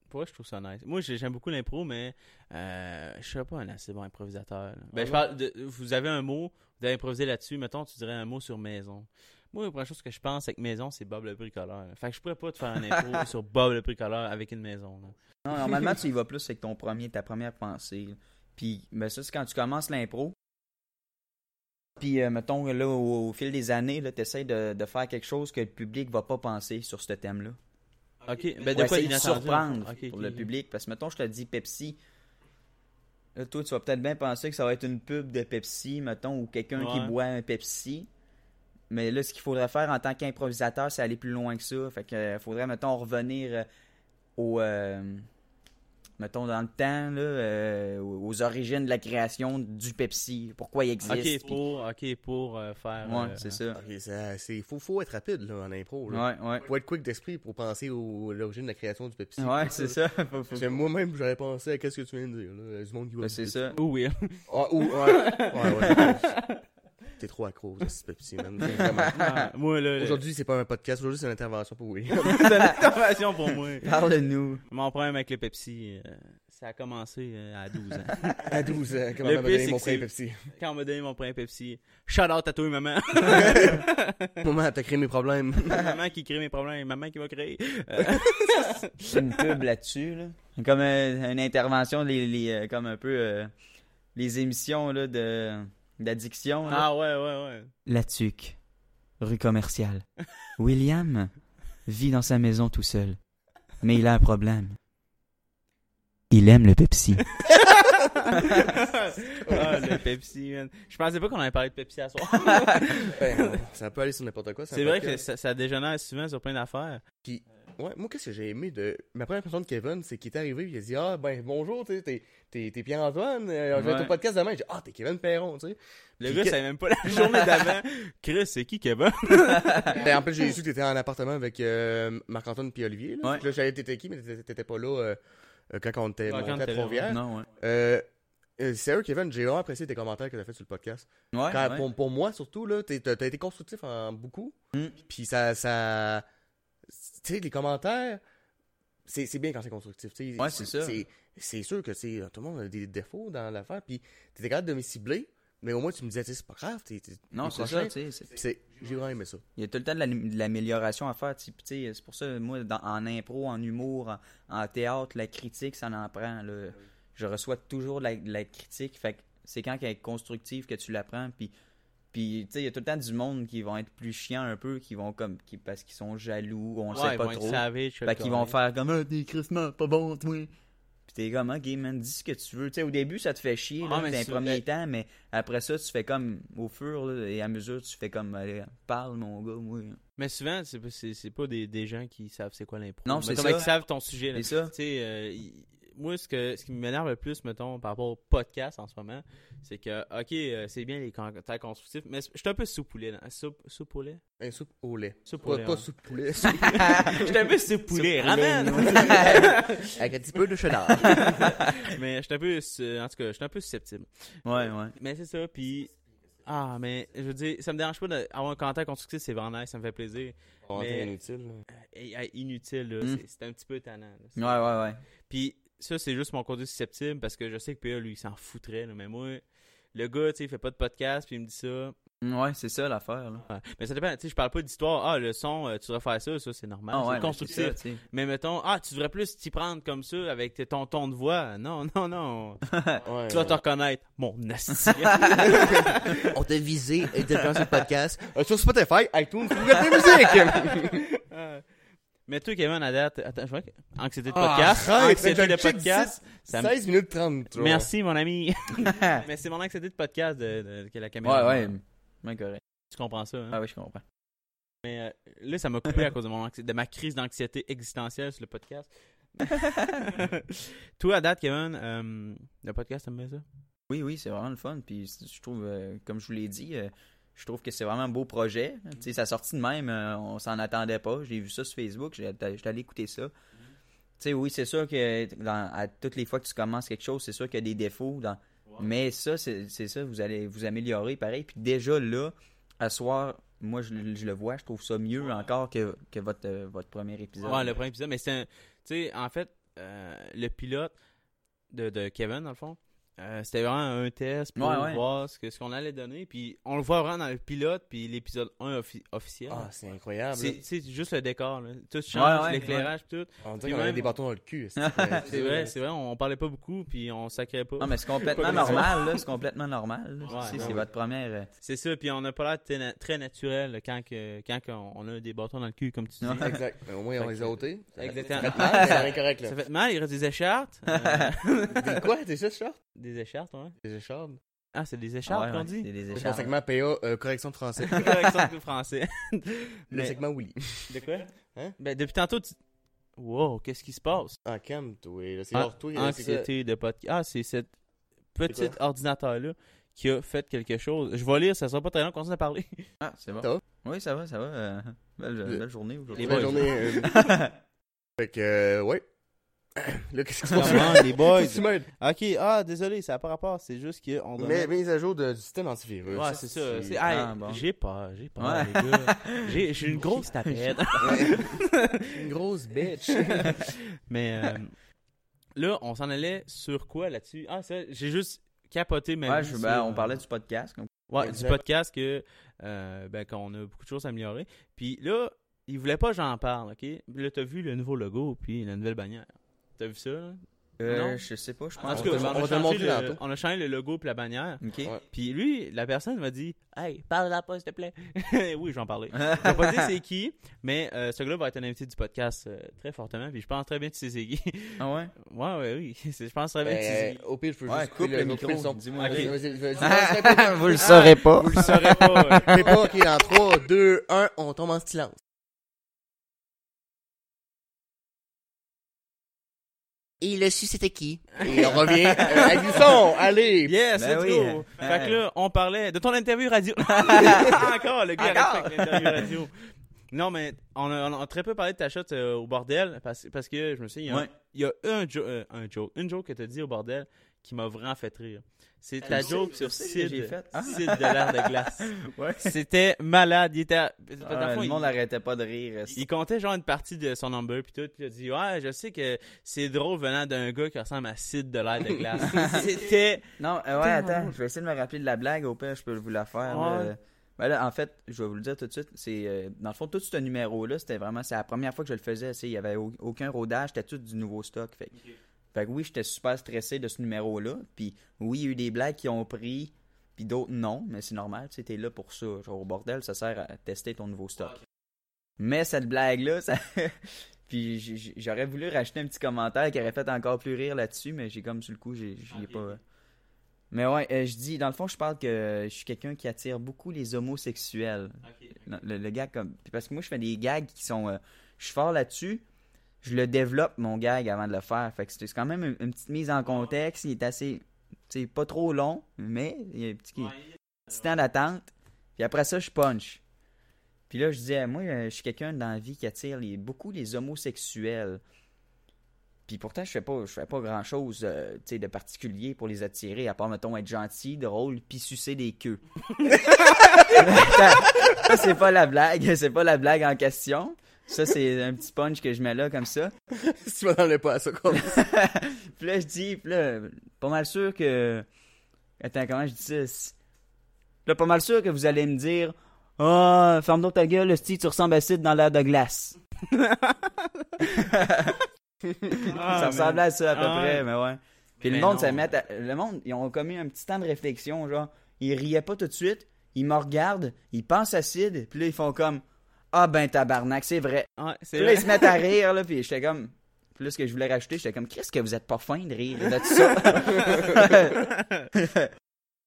Speaker 1: pour vrai, je trouve ça nice. Moi, j'ai- j'aime beaucoup l'impro, mais euh, je suis pas un assez bon improvisateur. là. Ben, je parle de, vous avez un mot, vous avez improvisé là-dessus. Mettons, tu dirais un mot sur maison. Moi, la première chose que je pense avec maison, c'est Bob le bricoleur. là. Fait que je pourrais pas te faire un impro sur Bob le bricoleur avec une maison. là.
Speaker 2: Non, normalement, tu y vas plus avec ton premier, ta première pensée. là. Puis, mais ça, c'est quand tu commences l'impro. Puis, euh, mettons, là, au, au fil des années, tu essaies de, de faire quelque chose que le public va pas penser sur ce thème-là.
Speaker 1: Ok, ben
Speaker 2: Pour
Speaker 1: de quoi
Speaker 2: essayer de
Speaker 1: inattendu,
Speaker 2: surprendre
Speaker 1: en fait. Ok,
Speaker 2: pour
Speaker 1: ok,
Speaker 2: le
Speaker 1: ok.
Speaker 2: public. Parce que, mettons, je te dis Pepsi. Là, toi, tu vas peut-être bien penser que ça va être une pub de Pepsi, mettons, ou quelqu'un qui
Speaker 1: Ouais.
Speaker 2: boit un Pepsi. Mais là, ce qu'il faudrait faire en tant qu'improvisateur, c'est aller plus loin que ça. Fait que euh, faudrait, mettons, revenir euh, au. euh, mettons, dans le temps, là, euh, aux origines de la création du Pepsi. Pourquoi il existe.
Speaker 1: Ok,
Speaker 2: puis-
Speaker 1: pour, ok, pour euh, faire.
Speaker 2: Ouais,
Speaker 1: euh,
Speaker 2: c'est ça.
Speaker 5: Ok, ça- c'est faut, faut être rapide là, en impro.
Speaker 2: Ouais,
Speaker 5: Là.
Speaker 2: ouais.
Speaker 5: Faut être quick d'esprit pour penser au- à l'origine de la création du Pepsi.
Speaker 2: Ouais, c'est ça. Faut- faut-
Speaker 5: Parce que Moi-même, j'aurais pensé à qu'est-ce que tu viens de dire. Là, du monde qui
Speaker 2: Ben,
Speaker 5: voit
Speaker 2: c'est
Speaker 5: du
Speaker 2: ça.
Speaker 1: Oh oui.
Speaker 5: Pepsi. Ah, ou, ouais. ouais, ouais. T'es trop accro à ce Pepsi, man. Vraiment.
Speaker 1: Ah, moi, là.
Speaker 5: Aujourd'hui, c'est pas un podcast. Aujourd'hui, c'est une intervention pour Willy.
Speaker 1: la passion pour moi.
Speaker 2: Parle-nous.
Speaker 1: Mon problème avec le Pepsi, euh, ça a commencé euh, à 12 ans.
Speaker 5: à 12 ans, comment
Speaker 1: Le
Speaker 5: m'a
Speaker 1: pire,
Speaker 5: donné
Speaker 1: c'est
Speaker 5: mon
Speaker 1: que c'est-
Speaker 5: premier Pepsi.
Speaker 1: Quand on m'a donné mon premier Pepsi, shout out à toi, maman.
Speaker 5: Maman, t'as créé mes problèmes.
Speaker 1: maman qui crée mes problèmes, maman qui va créer. Euh,
Speaker 2: C'est une pub là-dessus, là. Comme euh, une intervention, les, les, euh, comme un peu euh, les émissions là, de d'addiction. là.
Speaker 1: ah ouais, ouais, ouais.
Speaker 2: La tuque, rue commerciale. William vit dans sa maison tout seul. Mais il a un problème. Il aime le Pepsi.
Speaker 1: Ah, le Pepsi, man. Je pensais pas qu'on allait parler de Pepsi à soir.
Speaker 5: Ben, ça peut aller sur n'importe quoi.
Speaker 1: C'est vrai que ça, ça dégénère souvent sur plein d'affaires.
Speaker 5: Ouais, moi, qu'est-ce que j'ai aimé de. Ma première impression de Kevin, c'est qu'il est arrivé, il a dit Ah, ben bonjour, tu sais, t'es- t'es t'es Pierre-Antoine, euh, je vais être
Speaker 1: Ouais.
Speaker 5: au podcast demain. J'ai dit Ah, t'es Kevin Perron, tu sais.
Speaker 1: Le
Speaker 5: Puis
Speaker 1: gars
Speaker 5: que-
Speaker 1: savait même pas la journée d'avant. Chris, c'est qui Kevin?
Speaker 5: Ben, en plus, j'ai su que t'étais en appartement avec euh, Marc-Antoine puis Olivier. Là,
Speaker 2: Ouais.
Speaker 5: Fait que là j'avais t'étais qui, mais t'étais t'étais pas là euh, euh, quand on
Speaker 1: Ouais,
Speaker 5: était monté
Speaker 1: quand
Speaker 5: à
Speaker 1: t'étais là,
Speaker 5: Trois-Rivières.
Speaker 2: Non, ouais.
Speaker 5: Euh, euh, Sérieux, Kevin, j'ai vraiment apprécié tes commentaires que t'as fait sur le podcast.
Speaker 2: Ouais,
Speaker 5: Quand-
Speaker 2: ouais.
Speaker 5: pour, pour moi, surtout, là, t'es- t'as t'as été constructif en beaucoup.
Speaker 2: Mm.
Speaker 5: Puis ça. ça tu sais, les commentaires, c'est c'est bien quand c'est constructif. tu sais.
Speaker 2: Ouais, c'est ça.
Speaker 5: C'est sûr que c'est tout le monde a des défauts dans l'affaire. Puis t'étais capable de me cibler, mais au moins tu me disais, tu sais, c'est pas grave. t'es- t'es-
Speaker 2: Non,
Speaker 5: le
Speaker 2: c'est ça,
Speaker 5: prochain.
Speaker 2: tu sais. c'est-
Speaker 5: Puis c'est- J'ai vraiment aimé ça.
Speaker 2: Il y a tout le temps de la- de l'amélioration à faire. tu sais, puis tu sais, C'est pour ça, moi, dans- en impro, en humour, en, en théâtre, la critique, ça en prend. là. Je reçois toujours de la, de la critique. Fait que c'est quand elle est constructive que tu l'apprends. Puis, puis tu sais, il y a tout le temps du monde qui vont être plus chiants un peu, qui vont comme. qui- parce qu'ils sont jaloux, on le sait pas trop. Fait qu'ils vont faire comme un des crissements, pas bon, toi. Puis t'es comme, ok, man, dis ce que tu veux. Tu sais, au début, ça te fait chier,
Speaker 1: Ah,
Speaker 2: là,
Speaker 1: mais
Speaker 2: dans les
Speaker 1: c'est
Speaker 2: premiers
Speaker 1: vrai.
Speaker 2: temps, mais après ça, tu fais comme, au fur là, et à mesure, tu fais comme, allez, parle, mon gars, moi.
Speaker 1: Mais souvent, c'est pas, c'est- c'est pas des, des gens qui savent c'est quoi l'impro.
Speaker 2: Non, c'est
Speaker 1: Mettons,
Speaker 2: ça.
Speaker 1: ben, qui savent ton sujet. là.
Speaker 2: C'est ça.
Speaker 1: Tu sais, euh, il- moi, ce, que, ce qui m'énerve le plus, mettons, par rapport au podcast en ce moment, c'est que, OK, euh, c'est bien les commentaires constructifs, mais je suis un peu soupoulet. là. Soup- Soupoulet?
Speaker 5: Un soupe au lait. Pas,
Speaker 1: Soupoulet.
Speaker 5: pas
Speaker 1: ouais.
Speaker 5: soupe poulet.
Speaker 1: Je suis un peu
Speaker 2: Ah,
Speaker 1: soupoulet, ramène!
Speaker 5: Avec un petit peu de cheddar.
Speaker 1: mais je suis un peu, su- en tout cas, je suis un peu susceptible.
Speaker 2: Ouais, ouais.
Speaker 1: Mais c'est ça, puis... Ah, mais je veux dire, ça me dérange pas d'avoir un commentaire constructif, c'est vraiment nice, ça me fait plaisir. Mais-
Speaker 5: inutile.
Speaker 1: Euh, Inutile, là,
Speaker 2: Mm.
Speaker 1: c'est- c'est un petit peu tannant. là.
Speaker 2: Ouais, ouais, ouais.
Speaker 1: Puis ça, c'est juste mon côté susceptible parce que je sais que PA, lui, il s'en foutrait. là, mais moi, le gars, tu sais, il fait pas de podcast, puis il me dit ça.
Speaker 2: Mm, Ouais, c'est ça l'affaire, là.
Speaker 1: Ouais. Mais ça dépend, tu sais, je parle pas d'histoire. Ah, le son, euh, tu devrais faire ça, ça, c'est normal.
Speaker 2: Ah, ouais,
Speaker 1: c'est
Speaker 2: mais
Speaker 1: constructif.
Speaker 2: ça, tu sais.
Speaker 1: Mais mettons, ah, tu devrais plus t'y prendre comme ça avec t- ton ton de voix. Non, non, non. tu vas te reconnaître. Mon asti.
Speaker 4: On t'a visé et t'as fait ce podcast.
Speaker 5: Euh, sur Spotify, iTunes, Google Play Music.
Speaker 1: Euh, Mais toi, Kevin, à date, attends, je vois que. Anxiété de
Speaker 5: Ah,
Speaker 1: podcast.
Speaker 5: arrête,
Speaker 1: anxiété
Speaker 5: j'ai
Speaker 1: de
Speaker 5: le check
Speaker 1: podcast. Ça me-
Speaker 5: 16 minutes 30. toi.
Speaker 1: Merci, mon ami. Mais c'est mon anxiété de podcast de, de- que la
Speaker 2: Ouais,
Speaker 1: caméra.
Speaker 2: ouais. Bien correct.
Speaker 1: Tu comprends ça, hein?
Speaker 2: Ah, oui, je comprends.
Speaker 1: Mais euh, là, ça m'a coupé à cause de, mon anxi- de ma crise d'anxiété existentielle sur le podcast. Toi, à date, Kevin, euh, le podcast, t'aimes bien ça?
Speaker 2: Oui, oui, c'est vraiment le fun. Puis c- je trouve, euh, comme je vous l'ai dit, euh, je trouve que c'est vraiment un beau projet. Tu sais, ça sortit de même, euh, on s'en attendait pas. J'ai vu ça sur Facebook, j'ai- j'étais allé écouter ça. Tu sais, oui, c'est sûr que dans- à toutes les fois que tu commences quelque chose, c'est sûr qu'il y a des défauts. Dans... Mais ça, c'est c'est ça, vous allez vous améliorer pareil. Puis déjà là, à soir, moi, je, le- je le vois, je trouve ça mieux encore que, que votre, euh, votre premier épisode.
Speaker 1: Ouais, le premier épisode. Mais c'est un- Tu sais, en fait, euh, le pilote de, de Kevin, dans le fond, euh, c'était vraiment un test pour
Speaker 2: Ouais, ouais.
Speaker 1: voir ce que- ce qu'on allait donner. Puis on le voit vraiment dans le pilote, puis l'épisode 1 offi- officiel.
Speaker 5: Ah, c'est incroyable. là.
Speaker 1: c'est c'est juste le décor, là. Tout
Speaker 2: Ouais,
Speaker 1: change,
Speaker 2: ouais,
Speaker 1: l'éclairage, puis tout.
Speaker 5: On
Speaker 1: Puis
Speaker 5: dirait qu'on a
Speaker 1: même-
Speaker 5: des bâtons dans le cul. C'est
Speaker 1: C'est vrai, c'est vrai, on parlait pas beaucoup, puis on sacrait pas.
Speaker 2: Non, mais c'est complètement
Speaker 1: Pas de
Speaker 2: normal, là. C'est complètement normal. là.
Speaker 1: Ouais,
Speaker 2: Tu sais,
Speaker 1: non,
Speaker 2: c'est
Speaker 1: oui.
Speaker 2: votre première. euh,
Speaker 1: C'est ça, puis on n'a pas l'air très na- très naturel quand, que, quand qu'on- on a des bâtons dans le cul, comme tu dis.
Speaker 2: Ouais.
Speaker 5: Exact. Mais au moins, on les a ôtés.
Speaker 1: Exactement.
Speaker 5: Ça fait mal, mais on est correct,
Speaker 1: Ça
Speaker 5: là.
Speaker 1: fait mal, il reste des écharpes. euh,
Speaker 5: Des quoi Des juste shorts
Speaker 1: des écharpes, ouais.
Speaker 5: Des écharpes
Speaker 1: Ah, c'est des
Speaker 2: ah
Speaker 1: écharpes
Speaker 2: ouais,
Speaker 1: qu'on
Speaker 2: ouais,
Speaker 1: dit?
Speaker 2: c'est des
Speaker 5: Le
Speaker 2: écharpes.
Speaker 5: segment PA, euh, correction de français.
Speaker 1: Correction de français.
Speaker 5: Le
Speaker 1: Mais-
Speaker 5: segment Willy.
Speaker 1: De quoi?
Speaker 5: Hein?
Speaker 1: Ben, depuis tantôt, tu... Wow, qu'est-ce qui se passe?
Speaker 5: Ah, calme, toi. là. C'est
Speaker 1: Ah,
Speaker 5: hors toi. là, c'est que-
Speaker 1: Anxiété de podcast. Ah, c'est cette petite ordinateur-là qui a fait quelque chose. Je vais lire, ça sera pas très long, continue à parler.
Speaker 2: Ah, c'est bon.
Speaker 5: Ça va?
Speaker 2: Oui, ça va, ça va. euh, belle,
Speaker 5: Le-
Speaker 2: belle journée aujourd'hui.
Speaker 1: Les
Speaker 5: Bonne
Speaker 1: boys.
Speaker 5: journée. euh, Fait que, euh, ouais. Là, qu'est-ce qui se passe
Speaker 1: Comment, les boys?
Speaker 5: Qu'est-ce que tu m'aides?
Speaker 1: ok, ah, désolé, ça n'a pas rapport, c'est juste qu'on
Speaker 5: Mais mise à jour de- du système antivirus.
Speaker 1: Ouais, c'est ça. c'est-
Speaker 2: Ah,
Speaker 1: hey,
Speaker 2: bon.
Speaker 1: J'ai peur, j'ai peur,
Speaker 2: Ouais.
Speaker 1: les gars. J'ai j'ai une grosse tapette.
Speaker 5: une grosse bitch.
Speaker 1: Mais euh, là, on s'en allait sur quoi là-dessus? Ah, c'est vrai, j'ai juste capoté ma
Speaker 2: Ouais,
Speaker 1: vie
Speaker 2: je-
Speaker 1: sur,
Speaker 2: ben,
Speaker 1: euh,
Speaker 2: on parlait du podcast. comme-
Speaker 1: ouais, du
Speaker 5: Exact.
Speaker 1: podcast que euh, ben, qu'on a beaucoup de choses à améliorer. Puis là, il voulait pas que j'en parle, OK? Là, t'as vu le nouveau logo puis la nouvelle bannière. T'as vu ça, là?
Speaker 2: Euh,
Speaker 1: Non.
Speaker 2: je sais pas, je
Speaker 1: En
Speaker 2: pense.
Speaker 1: tout cas,
Speaker 5: on va te
Speaker 1: on,
Speaker 5: le
Speaker 1: a changé
Speaker 5: montrer
Speaker 1: le-
Speaker 5: tantôt.
Speaker 1: on a changé le logo puis la bannière.
Speaker 2: Ok.
Speaker 5: Ouais.
Speaker 1: Puis lui, la personne m'a dit Hey, parle-la pas, s'il te plaît. oui, j'en parlais. Je vais pas dire c'est qui, mais euh, ce gars-là va être un invité du podcast euh, très fortement. Puis je pense très bien que tu sais c'est qui.
Speaker 2: Ah ouais?
Speaker 1: ouais, ouais, oui. C'est- je pense très bien que tu
Speaker 5: Euh,
Speaker 1: sais.
Speaker 5: au pire, je peux
Speaker 2: Ouais,
Speaker 5: juste
Speaker 2: coupe
Speaker 5: couper
Speaker 2: le
Speaker 5: couper
Speaker 2: micro,
Speaker 5: son.
Speaker 2: dis-moi. Ah!
Speaker 5: Ok,
Speaker 1: Ok.
Speaker 5: vas-y, vas-y, vas-y, vas-y.
Speaker 2: Vous le saurez pas.
Speaker 1: Vous le saurez pas. ouais.
Speaker 5: C'est pas, ok, dans 3, 2, 1, on tombe en silence.
Speaker 4: Et le su, c'était qui?
Speaker 5: Et on revient euh, à Glisson, allez!
Speaker 1: Yes,
Speaker 2: Ben
Speaker 1: let's
Speaker 2: oui.
Speaker 1: go.
Speaker 2: Ben.
Speaker 1: Fait que là, on parlait de ton interview radio. Encore, le gars
Speaker 2: Encore.
Speaker 1: arrête avec l'interview radio. Non, mais on a, on a très peu parlé de ta shot euh, au bordel parce, hein. parce que je me suis dit, il y a,
Speaker 2: Ouais.
Speaker 1: il y a un, jo- euh, un joke, une joke que t'as dit au bordel qui m'a vraiment fait rire. C'est ta
Speaker 2: je sais-
Speaker 1: joke
Speaker 2: je
Speaker 1: sur
Speaker 2: sais que j'ai
Speaker 1: Sid,
Speaker 2: faite. Ah.
Speaker 1: Sid de l'air de glace.
Speaker 2: Ouais.
Speaker 1: C'était malade. Il était. à- dans le
Speaker 2: Ah,
Speaker 1: fond,
Speaker 2: le
Speaker 1: il-
Speaker 2: monde arrêtait pas de rire.
Speaker 1: il comptait genre une partie de son number puis tout, puis il a dit ouais, je sais que c'est drôle venant d'un gars qui ressemble à Sid de l'air de glace. C'était
Speaker 2: Non, euh, ouais, attends, je vais essayer de me rappeler de la blague, au pire, je peux vous la faire. là.
Speaker 1: Ouais.
Speaker 2: Ben là, en fait, je vais vous le dire tout de suite, c'est euh, dans le fond, tout ce numéro-là, c'était vraiment, c'est la première fois que je le faisais, tu sais, il n'y avait au- aucun rodage, c'était tout du nouveau stock. Fait, que- fait que oui, j'étais super stressé de ce numéro-là, puis oui, il y a eu des blagues qui ont pris, puis d'autres non, mais c'est normal, tu sais, t'es là pour ça. Genre, au bordel, ça sert à tester ton nouveau stock. Mais cette blague-là, ça... puis j- j- j'aurais voulu racheter un petit commentaire qui aurait fait encore plus rire là-dessus, mais j'ai comme sur le coup, j'ai j'y ai pas... Mais ouais, euh, je dis, dans le fond, je parle que euh, je suis quelqu'un qui attire beaucoup les homosexuels. Non, Le, le gag comme. puis parce que moi, je fais des gags qui sont. euh, je suis fort là-dessus. Je le développe, mon gag, avant de le faire. Fait que c'est c'est quand même une, une petite mise en contexte. Il est assez. Tu sais, pas trop long, mais il y a un petit, petit temps d'attente. Puis après ça, je punch. Puis là, je disais, moi, euh, je suis quelqu'un dans la vie qui attire les- beaucoup les homosexuels. Puis pourtant, je fais pas, je fais pas grand chose de particulier pour les attirer, à part, mettons, être gentil, drôle, puis sucer des queues. Ça, ça, c'est pas la blague, c'est pas la blague en question. Ça, c'est un petit punch que je mets là, comme ça.
Speaker 5: Si tu m'en pas à ça, quoi.
Speaker 2: Puis là, je dis, puis là, pas mal sûr que. Attends, comment je dis ça? C'est- Là, pas mal sûr que vous allez me dire, Ah, ferme donc ta gueule, si tu ressembles à Sid dans l'air de glace. ça ressemblait à ça à peu
Speaker 1: Ah,
Speaker 2: près, mais ouais. Puis
Speaker 1: Mais ben
Speaker 2: le monde,
Speaker 1: non.
Speaker 2: ça met à- le monde, ils ont commis un petit temps de réflexion, genre, ils riaient pas tout de suite, ils me regardent, ils pensent à Sid, puis là, ils font comme, ah ben tabarnak, c'est vrai.
Speaker 1: Ouais, c'est
Speaker 2: Puis là,
Speaker 1: vrai.
Speaker 2: ils se mettent à rire, là, puis j'étais comme, plus que je voulais rajouter, j'étais comme, qu'est-ce que vous êtes pas fin de rire de ça?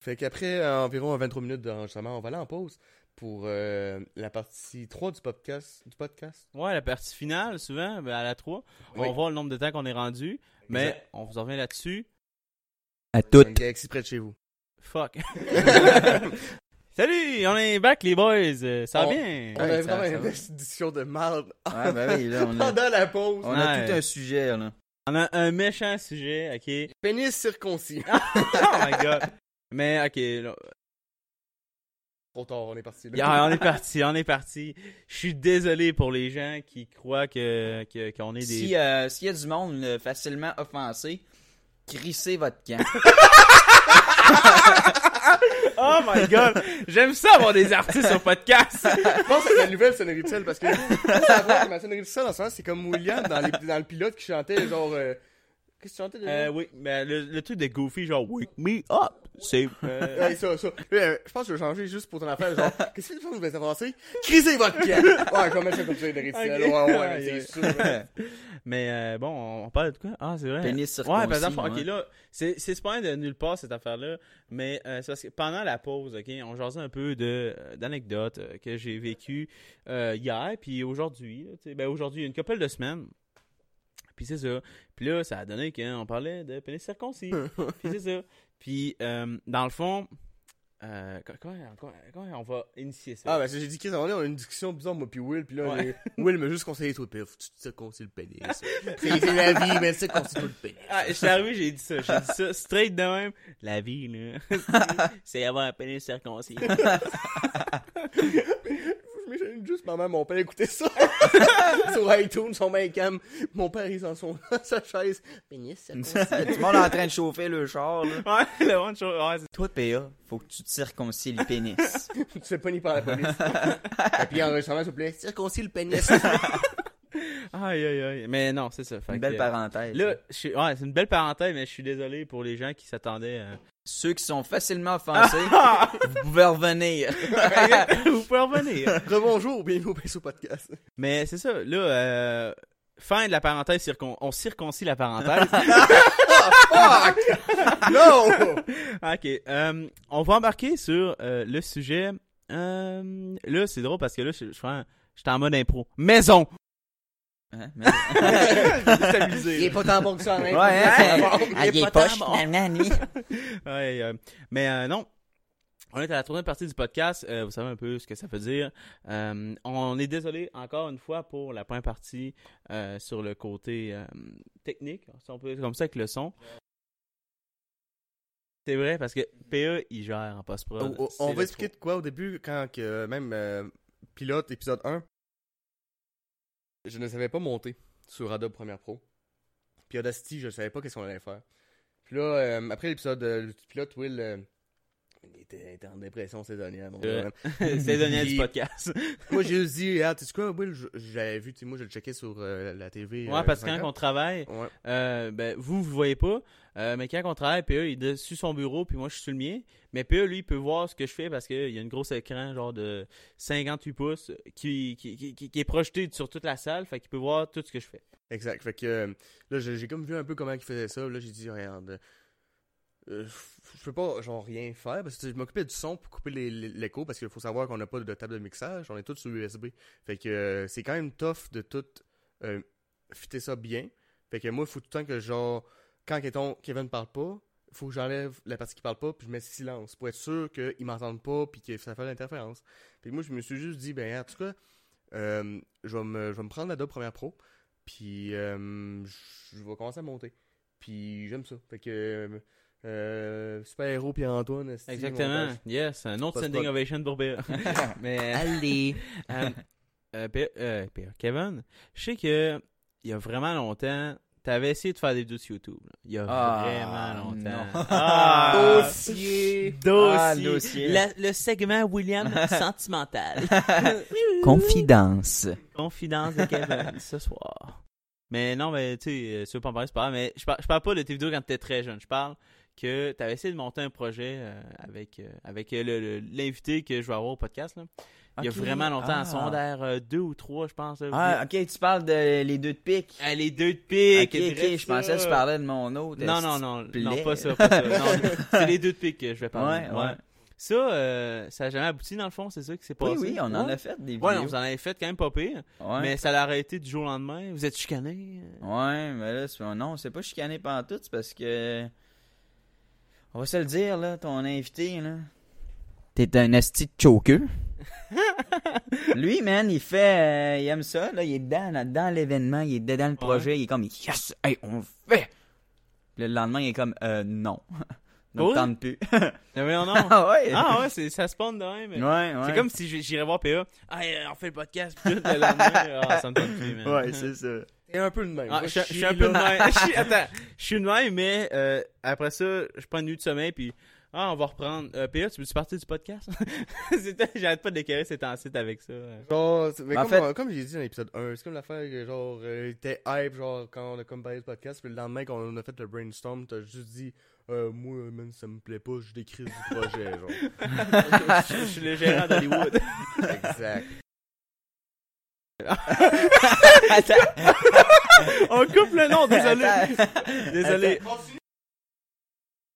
Speaker 5: Fait qu'après euh, environ 23 minutes d'enregistrement, on va aller en pause pour euh, la partie 3 du podcast. Du podcast.
Speaker 1: Ouais, la partie finale, souvent, ben, à la 3,
Speaker 5: Oui.
Speaker 1: on voit le nombre de temps qu'on est rendu, mais
Speaker 5: Exact.
Speaker 1: on vous en revient là-dessus.
Speaker 2: à toutes.
Speaker 5: Une galaxie près de chez vous.
Speaker 1: Fuck. Salut, on est back, les boys. Euh, Ça va
Speaker 5: On-
Speaker 1: bien?
Speaker 5: On
Speaker 2: Ouais,
Speaker 5: a
Speaker 2: ça-
Speaker 5: vraiment
Speaker 2: ça
Speaker 5: une
Speaker 2: va.
Speaker 5: discussion de merde
Speaker 2: Ouais, ben oui, là, on
Speaker 1: Ah,
Speaker 2: a,
Speaker 5: pendant la pause.
Speaker 2: on a
Speaker 1: Ouais.
Speaker 2: tout un sujet, là.
Speaker 1: On a un méchant sujet, ok?
Speaker 5: Pénis circoncis.
Speaker 1: Oh my god. Mais, ok, là,
Speaker 5: Trop tard, on est parti. là.
Speaker 1: Ah, on est parti, on est parti. Je suis désolé pour les gens qui croient que que- qu'on est des.
Speaker 2: Si, euh, S'il y a du monde euh, facilement offensé, crissez votre camp.
Speaker 1: Oh my god, j'aime ça avoir des artistes au podcast.
Speaker 5: Je pense à la nouvelle sonnerie de sel parce que faut savoir que ma sonnerie de sel en ce moment, c'est comme William dans, les- dans le pilote qui chantait genre. euh, Qu'est-ce que tu chantais déjà?
Speaker 1: Euh, oui, mais le, le truc de Goofy, genre wake me up, c'est. euh,
Speaker 5: Ouais, ça, ça. Euh, je pense que je vais changer juste pour ton affaire. Genre, qu'est-ce que tu penses que vous avancez? Crisez votre camp! Ouais, comment ça comme ça, Henri Tissel?
Speaker 1: Ok.
Speaker 5: Ouais, ouais, mais c'est sûr.
Speaker 1: mais euh, bon, on, on parle de quoi Ah, c'est vrai.
Speaker 2: Pénis circoncis.
Speaker 1: Ouais, par exemple,
Speaker 2: ouais.
Speaker 1: ok, là, c'est c'est pas de nulle part cette affaire-là, mais euh, c'est parce que pendant la pause, ok, on jasait un peu de euh, d'anecdotes euh, que j'ai vécues euh, hier, puis aujourd'hui, là, tu sais, ben aujourd'hui, il y a une couple de semaines, puis c'est ça, puis là, ça a donné qu'on parlait de pénis circoncis, puis c'est ça, puis euh, dans le fond, euh, co- comment, comment- comment on va initier ça
Speaker 5: Ah, ben, j'ai dit qu'à un moment donné, on a eu une discussion bizarre, moi, puis Will, puis là,
Speaker 1: Ouais.
Speaker 5: j'ai- Will m'a juste conseillé tout le pif. Tu te circoncis le pénis. C'est c'est la vie, mais tu circoncis tout le pénis.
Speaker 1: Ah, je suis arrivé, j'ai dit ça. J'ai dit ça straight de même. La vie, là. c'est avoir un pénis circoncis.
Speaker 5: Je m'imagine juste maman, mon père écouter ça. Sur iTunes, son main cam. Mon père, il est dans son, sa chaise. Pénis circoncis.
Speaker 2: Tout le monde est en train de chauffer le char, là.
Speaker 1: ouais, le one show. Ouais, c'est-
Speaker 2: Toi, PA, faut que tu te circoncis le pénis.
Speaker 5: tu te fais pogner par la police. Et puis, enregistrement, s'il vous plaît. Circoncis le pénis.
Speaker 1: Ah, Aïe, aïe, aïe. Mais non, c'est ça. Fait
Speaker 2: Une
Speaker 1: que,
Speaker 2: belle
Speaker 1: euh,
Speaker 2: parenthèse.
Speaker 1: Là, je suis- ouais, c'est une belle parenthèse, mais je suis désolé pour les gens qui s'attendaient. euh.
Speaker 2: Ceux qui sont facilement offensés, vous pouvez revenir. Ben
Speaker 1: Vous pouvez revenir.
Speaker 5: Rebonjour, bienvenue au Pinceau Podcast.
Speaker 1: mais c'est ça. Là, euh, fin de la parenthèse, circon- on circoncit la parenthèse.
Speaker 5: non!
Speaker 1: ok. euh, on va embarquer sur euh, le sujet. Euh, là, c'est drôle parce que là, je je suis en- j'étais en mode impro. Maison!
Speaker 2: Hein, mais-
Speaker 4: Il est pas tant bon que ça, hein?
Speaker 2: Ouais, hein?
Speaker 4: Ah, il est
Speaker 2: pas
Speaker 4: poche,
Speaker 2: tant bon.
Speaker 4: finalement, lui.
Speaker 1: Ouais, euh, mais euh, non. On est à la troisième partie du podcast. Euh, vous savez un peu ce que ça veut dire. Euh, on est désolé encore une fois pour la première partie euh, sur le côté euh, technique. Si on peut dire comme ça avec le son. C'est vrai parce que PE il gère en post-prod.
Speaker 5: On- on-
Speaker 1: C'est
Speaker 5: on
Speaker 1: le
Speaker 5: va expliquer
Speaker 1: trop.
Speaker 5: de quoi au début, quand que, euh, même euh, pilote épisode 1, je ne savais pas monter sur Adobe Premiere Pro. Puis Audacity, je ne savais pas qu'est-ce qu'on allait faire. Puis là, euh, après l'épisode euh, du pilote, Will euh, il était, il était en dépression saisonnière. mon
Speaker 1: Ouais.
Speaker 5: gars.
Speaker 1: C'est le dernier du
Speaker 5: Puis-
Speaker 1: podcast.
Speaker 5: moi, j'ai juste dit, ah, tu sais quoi, Will, je- j'avais vu, tu sais, moi, je le checkais sur euh, la- la TV.
Speaker 1: Ouais,
Speaker 5: euh,
Speaker 1: parce que quand
Speaker 5: 24.
Speaker 1: on travaille,
Speaker 5: Ouais.
Speaker 1: euh, ben, vous, vous voyez pas. euh, mais quand on travaille, PE, il est dessus son bureau, puis moi, je suis sur le mien. Mais PE, lui, il peut voir ce que je fais parce qu'il y a une grosse écran, genre de 58 pouces, qui, qui, qui, qui- qui est projeté sur toute la salle. Fait qu'il peut voir tout ce que je fais.
Speaker 5: Exact. Fait que euh, là, j'ai j'ai comme vu un peu comment il faisait ça. Là, j'ai dit, regarde, euh, f- je peux pas, genre, rien faire parce que je m'occupais du son pour couper les- les- l'écho parce qu'il faut savoir qu'on n'a pas de table de mixage. On est tous sur USB. Fait que euh, c'est quand même tough de tout euh, fitter ça bien. Fait que moi, il faut tout le temps que, genre, quand Keton- Kevin parle pas, faut que j'enlève la partie qui parle pas puis je mets silence pour être sûr qu'ils m'entendent pas puis que ça fait l'interférence. Fait que moi, je me suis juste dit, ben, en tout cas, euh, je vais me je vais me prendre Adobe Premiere Pro. Puis euh, je vais commencer à monter. Puis j'aime ça. Fait que euh, euh, Super Héros puis Antoine. esti,
Speaker 1: Exactement.
Speaker 5: montage.
Speaker 1: Yes, un autre
Speaker 5: Pas de
Speaker 1: standing
Speaker 5: spot.
Speaker 1: ovation pour PE. mais.
Speaker 4: Allez.
Speaker 1: Euh, euh, P- euh, P- Kevin, je sais que il y a vraiment longtemps, t'avais essayé de faire des vidéos sur YouTube. là. Il y a
Speaker 2: Ah,
Speaker 1: vraiment longtemps.
Speaker 2: non.
Speaker 1: Ah,
Speaker 2: Dossier.
Speaker 1: dossier.
Speaker 2: Ah, le dossier.
Speaker 1: La- le segment William sentimental.
Speaker 2: Confidence.
Speaker 1: Confidence de Kevin ce soir. Mais non, mais tu sais, euh, si tu veux pas en parler, c'est pas grave. Mais je, par- je parle pas de tes vidéos quand t'étais très jeune. Je parle que t'avais essayé de monter un projet euh, avec, euh, avec euh, le- le- l'invité que je vais avoir au podcast. là. Il y a
Speaker 2: Ok.
Speaker 1: vraiment longtemps, en
Speaker 2: Ah.
Speaker 1: secondaire 2 ou 3, je pense. là, vous
Speaker 2: Ah, ok, tu parles de les deux de pique.
Speaker 1: Ah, les deux de
Speaker 2: Ok,
Speaker 1: pique.
Speaker 2: ok, je pensais que tu parlais de mon autre.
Speaker 1: euh, Non, non, non,
Speaker 2: plaît.
Speaker 1: non, pas ça, pas ça. Non, c'est les deux de pique que je vais parler.
Speaker 2: Ouais, ouais.
Speaker 1: Ça, euh, ça a jamais abouti dans le fond, c'est ça qui s'est
Speaker 2: Oui,
Speaker 1: passé.
Speaker 2: oui, on en
Speaker 1: Ouais.
Speaker 2: a fait des
Speaker 1: Ouais,
Speaker 2: vidéos.
Speaker 1: non, vous en avez fait quand même pas pire,
Speaker 2: Ouais.
Speaker 1: mais ça l'a arrêté du jour au lendemain. Vous êtes chicané.
Speaker 2: Ouais, mais là, c'est... non, c'est pas chicané pantoute, c'est parce que... On va se le dire, là, ton invité, là... T'es un asti de choqueux. Lui, man, il fait... euh, il aime ça, là, il est dedans, là, dans l'événement, il est dedans le projet, il est comme « Yes! Hey, on le fait! » Puis le lendemain, il est comme « Euh, non. »
Speaker 1: Oh
Speaker 2: Donc,
Speaker 1: oui?
Speaker 2: tente plus.
Speaker 1: Non, mais non, non.
Speaker 2: ah ouais?
Speaker 1: ah ouais, c'est- ça se pend de même.
Speaker 2: ouais, ouais.
Speaker 1: C'est comme si j'- j'irais voir PA. Ah, euh, on fait le podcast, puis tout, le lendemain. Ah, ça me tente plus, man.
Speaker 2: Ouais, c'est ça.
Speaker 5: T'es un peu le même.
Speaker 1: Ah,
Speaker 5: Moi,
Speaker 1: je, je
Speaker 5: chie,
Speaker 1: suis un peu de
Speaker 5: là.
Speaker 1: même. Je suis- attends, je suis de même, mais euh, après ça, je prends une nuit de sommeil, puis ah, on va reprendre. Euh, PA, tu veux-tu partir du podcast? C'était- J'arrête pas de décaler cet site avec ça.
Speaker 5: Genre, c'est- mais
Speaker 2: Mais en
Speaker 5: comme, euh,
Speaker 2: fait-
Speaker 5: comme j'ai dit dans l'épisode 1, c'est comme l'affaire que genre, euh, il était hype, genre, quand on a comme parlé du podcast, puis le lendemain, quand on a fait le brainstorm, t'as juste dit, euh, moi, euh, man, ça me plaît pas, je décris du projet, genre.
Speaker 1: je, je suis le gérant d'Hollywood.
Speaker 5: Exact.
Speaker 2: Attends,
Speaker 1: on coupe le nom, désolé.
Speaker 2: attends.
Speaker 1: Désolé.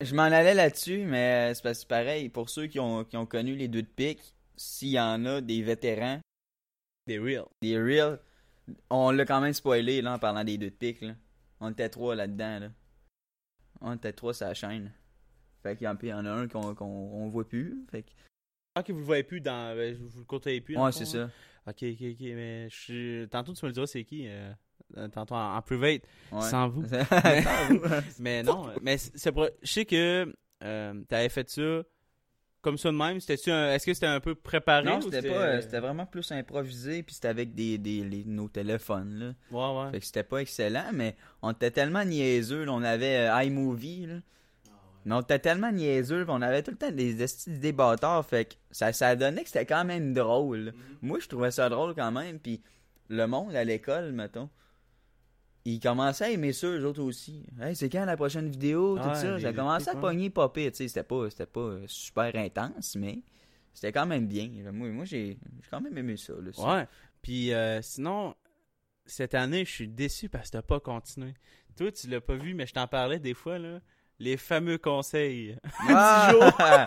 Speaker 2: Je m'en allais là-dessus, mais euh, c'est parce que pareil, pour ceux qui ont, qui ont connu les deux de pique, s'il y en a des vétérans,
Speaker 1: Des real.
Speaker 2: des real, on l'a quand même spoilé là, en parlant des deux de pique. Là. On était trois là-dedans. Là. On était trois sur la chaîne. Fait qu'il y en puis il y en a un qu'on qu'on on voit plus. Fait que...
Speaker 1: Ah, que vous le voyez plus dans. ben, je vous le comptez plus. dans
Speaker 2: Ouais,
Speaker 1: le fond, hein.
Speaker 2: c'est
Speaker 1: là.
Speaker 2: ça.
Speaker 1: Ok, ok, ok, mais je suis- tantôt tu me le diras c'est qui. euh, euh, Tantôt en, en private,
Speaker 2: Ouais.
Speaker 1: sans vous.
Speaker 2: Sans vous.
Speaker 1: Mais non, euh, mais c'est- c'est pro- je sais que euh, t'avais fait ça comme ça de même. C'était-tu un- Est-ce que c'était un peu préparé
Speaker 2: non,
Speaker 1: ou
Speaker 2: c'était pas. euh, C'était vraiment plus improvisé, puis c'était avec des, des, les- nos téléphones. Là.
Speaker 1: Ouais, ouais.
Speaker 2: Fait que c'était pas excellent, mais on était tellement niaiseux. là, on avait euh, iMovie, là. Mais on était tellement niaiseux, puis on avait tout le temps des estis d'idées bâtards, fait que ça, ça donnait que c'était
Speaker 1: Mm-hmm.
Speaker 2: quand même drôle. Moi, je trouvais ça drôle quand même, puis le monde à l'école, mettons, ils commençaient à aimer ça, eux autres aussi. Hey, c'est quand la prochaine vidéo, tout
Speaker 1: Ouais,
Speaker 2: ça.
Speaker 1: les-
Speaker 2: Ça
Speaker 1: les
Speaker 2: commençait à
Speaker 1: trucs, ouais.
Speaker 2: pogner pas pire, tu sais. C'était pas, c'était pas euh, super intense, mais c'était quand même bien. Moi, moi j'ai j'ai quand même aimé ça. là, ça.
Speaker 1: Ouais. Puis euh, sinon, cette année, je suis déçu parce que t'as pas continué. Toi, tu l'as pas vu, mais je t'en parlais des fois, là. Les fameux conseils.
Speaker 2: Ah!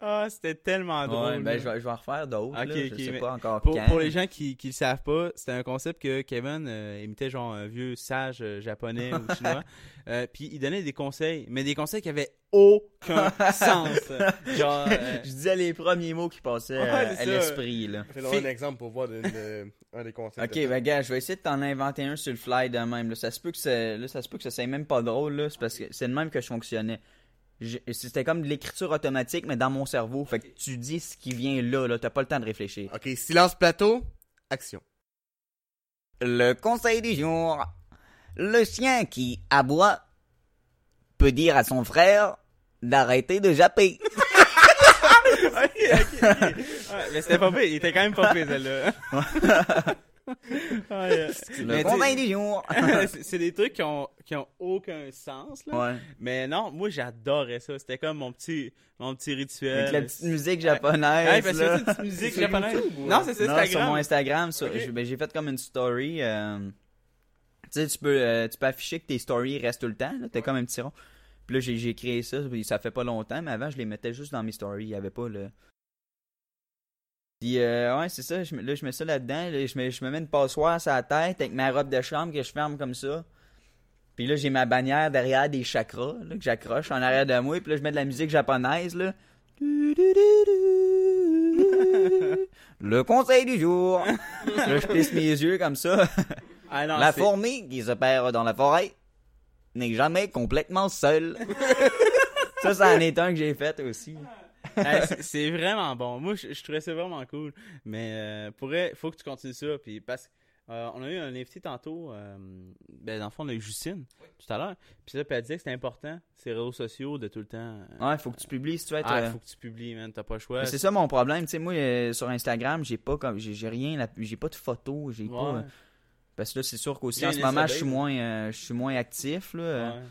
Speaker 1: Ah, c'était tellement drôle.
Speaker 2: Ouais,
Speaker 1: là.
Speaker 2: ben, je, vais, je vais en refaire d'autres.
Speaker 1: Ok,
Speaker 2: là, je
Speaker 1: ok,
Speaker 2: sais
Speaker 1: mais
Speaker 2: pas encore
Speaker 1: Pour,
Speaker 2: quand.
Speaker 1: pour les gens qui ne le savent pas, c'était un concept que Kevin euh, imitait genre un vieux sage euh, japonais ou chinois. Euh, Puis il donnait des conseils, mais des conseils qui avaient aucun sens. Genre, euh,
Speaker 2: Je disais les premiers mots qui passaient
Speaker 1: Ouais,
Speaker 2: euh,
Speaker 1: c'est ça.
Speaker 2: à l'esprit, là.
Speaker 5: Fais-leur un exemple pour voir d'une- euh, un des concepts.
Speaker 2: Ok, ben gars, je vais essayer de t'en inventer un sur le fly de même. Là. Ça se peut que c'est, là, ça se peut que ça soit même pas drôle, là. C'est parce que c'est de même que je fonctionnais. J'ai- C'était comme de l'écriture automatique, mais dans mon cerveau. Fait que tu dis ce qui vient là, là. T'as pas le temps de réfléchir.
Speaker 5: Ok, silence plateau, action.
Speaker 2: Le conseil du jour. Le chien qui aboie peut dire à son frère d'arrêter de japper.
Speaker 1: ouais, mais c'était pas pire, il était quand même pas pire, celle-là. Ouais, euh, mais tu sais,
Speaker 2: du jour.
Speaker 1: c'est- c'est des trucs qui ont, qui ont aucun sens, là.
Speaker 2: ouais.
Speaker 1: Mais non, moi j'adorais ça. C'était comme mon petit, mon petit rituel.
Speaker 2: Avec la petite musique
Speaker 1: Ouais,
Speaker 2: japonaise.
Speaker 1: parce que c'est
Speaker 2: là.
Speaker 1: une petite musique japonaise. Non, c'est ça,
Speaker 2: Non, sur mon
Speaker 1: Instagram.
Speaker 2: Instagram, sur- j'ai ben, j'ai fait comme une story. euh, tu sais, tu peux, euh, tu peux afficher que tes stories restent tout le temps. là, T'as comme un petit rond. Puis là, j'ai- j'ai créé ça. puis Ça fait pas longtemps, mais avant, je les mettais juste dans mes stories. Il y avait pas le. Puis, euh, ouais, c'est ça. je me- là, je mets ça là-dedans. là, je, me, je me mets une passoire sur la tête avec ma robe de chambre que je ferme comme ça. Puis là, j'ai ma bannière derrière des chakras là, que j'accroche en arrière de moi. Puis là, je mets de la musique japonaise. Là. Le conseil du jour. là, je plisse mes yeux comme ça.
Speaker 1: Ah, non,
Speaker 2: la
Speaker 1: c'est-
Speaker 2: fourmi qui se perd dans la forêt n'est jamais complètement seule. ça, ça en est un que j'ai fait aussi.
Speaker 1: Hey, c'est- c'est vraiment bon. Moi, je, je trouvais ça vraiment cool. Mais euh, pour vrai, faut que tu continues ça. Puis parce euh, on a eu un invité tantôt, euh, ben, dans le fond, on a eu Justine tout à l'heure. Puis là, puis elle disait que c'était important, ces réseaux sociaux, de tout le temps. euh,
Speaker 2: Ouais, faut que tu publies si tu veux être.
Speaker 1: ah,
Speaker 2: euh,
Speaker 1: faut que tu publies, man, t'as pas le choix.
Speaker 2: Mais c'est ça mon problème, tu sais moi euh, sur Instagram, j'ai pas comme j'ai j'ai rien là- j'ai pas de photos, j'ai
Speaker 1: Ouais,
Speaker 2: pas euh, parce que là c'est sûr qu'aussi
Speaker 1: Bien
Speaker 2: en ce moment je suis
Speaker 1: isolé,
Speaker 2: moins euh, je suis moins actif là, euh,
Speaker 1: ouais.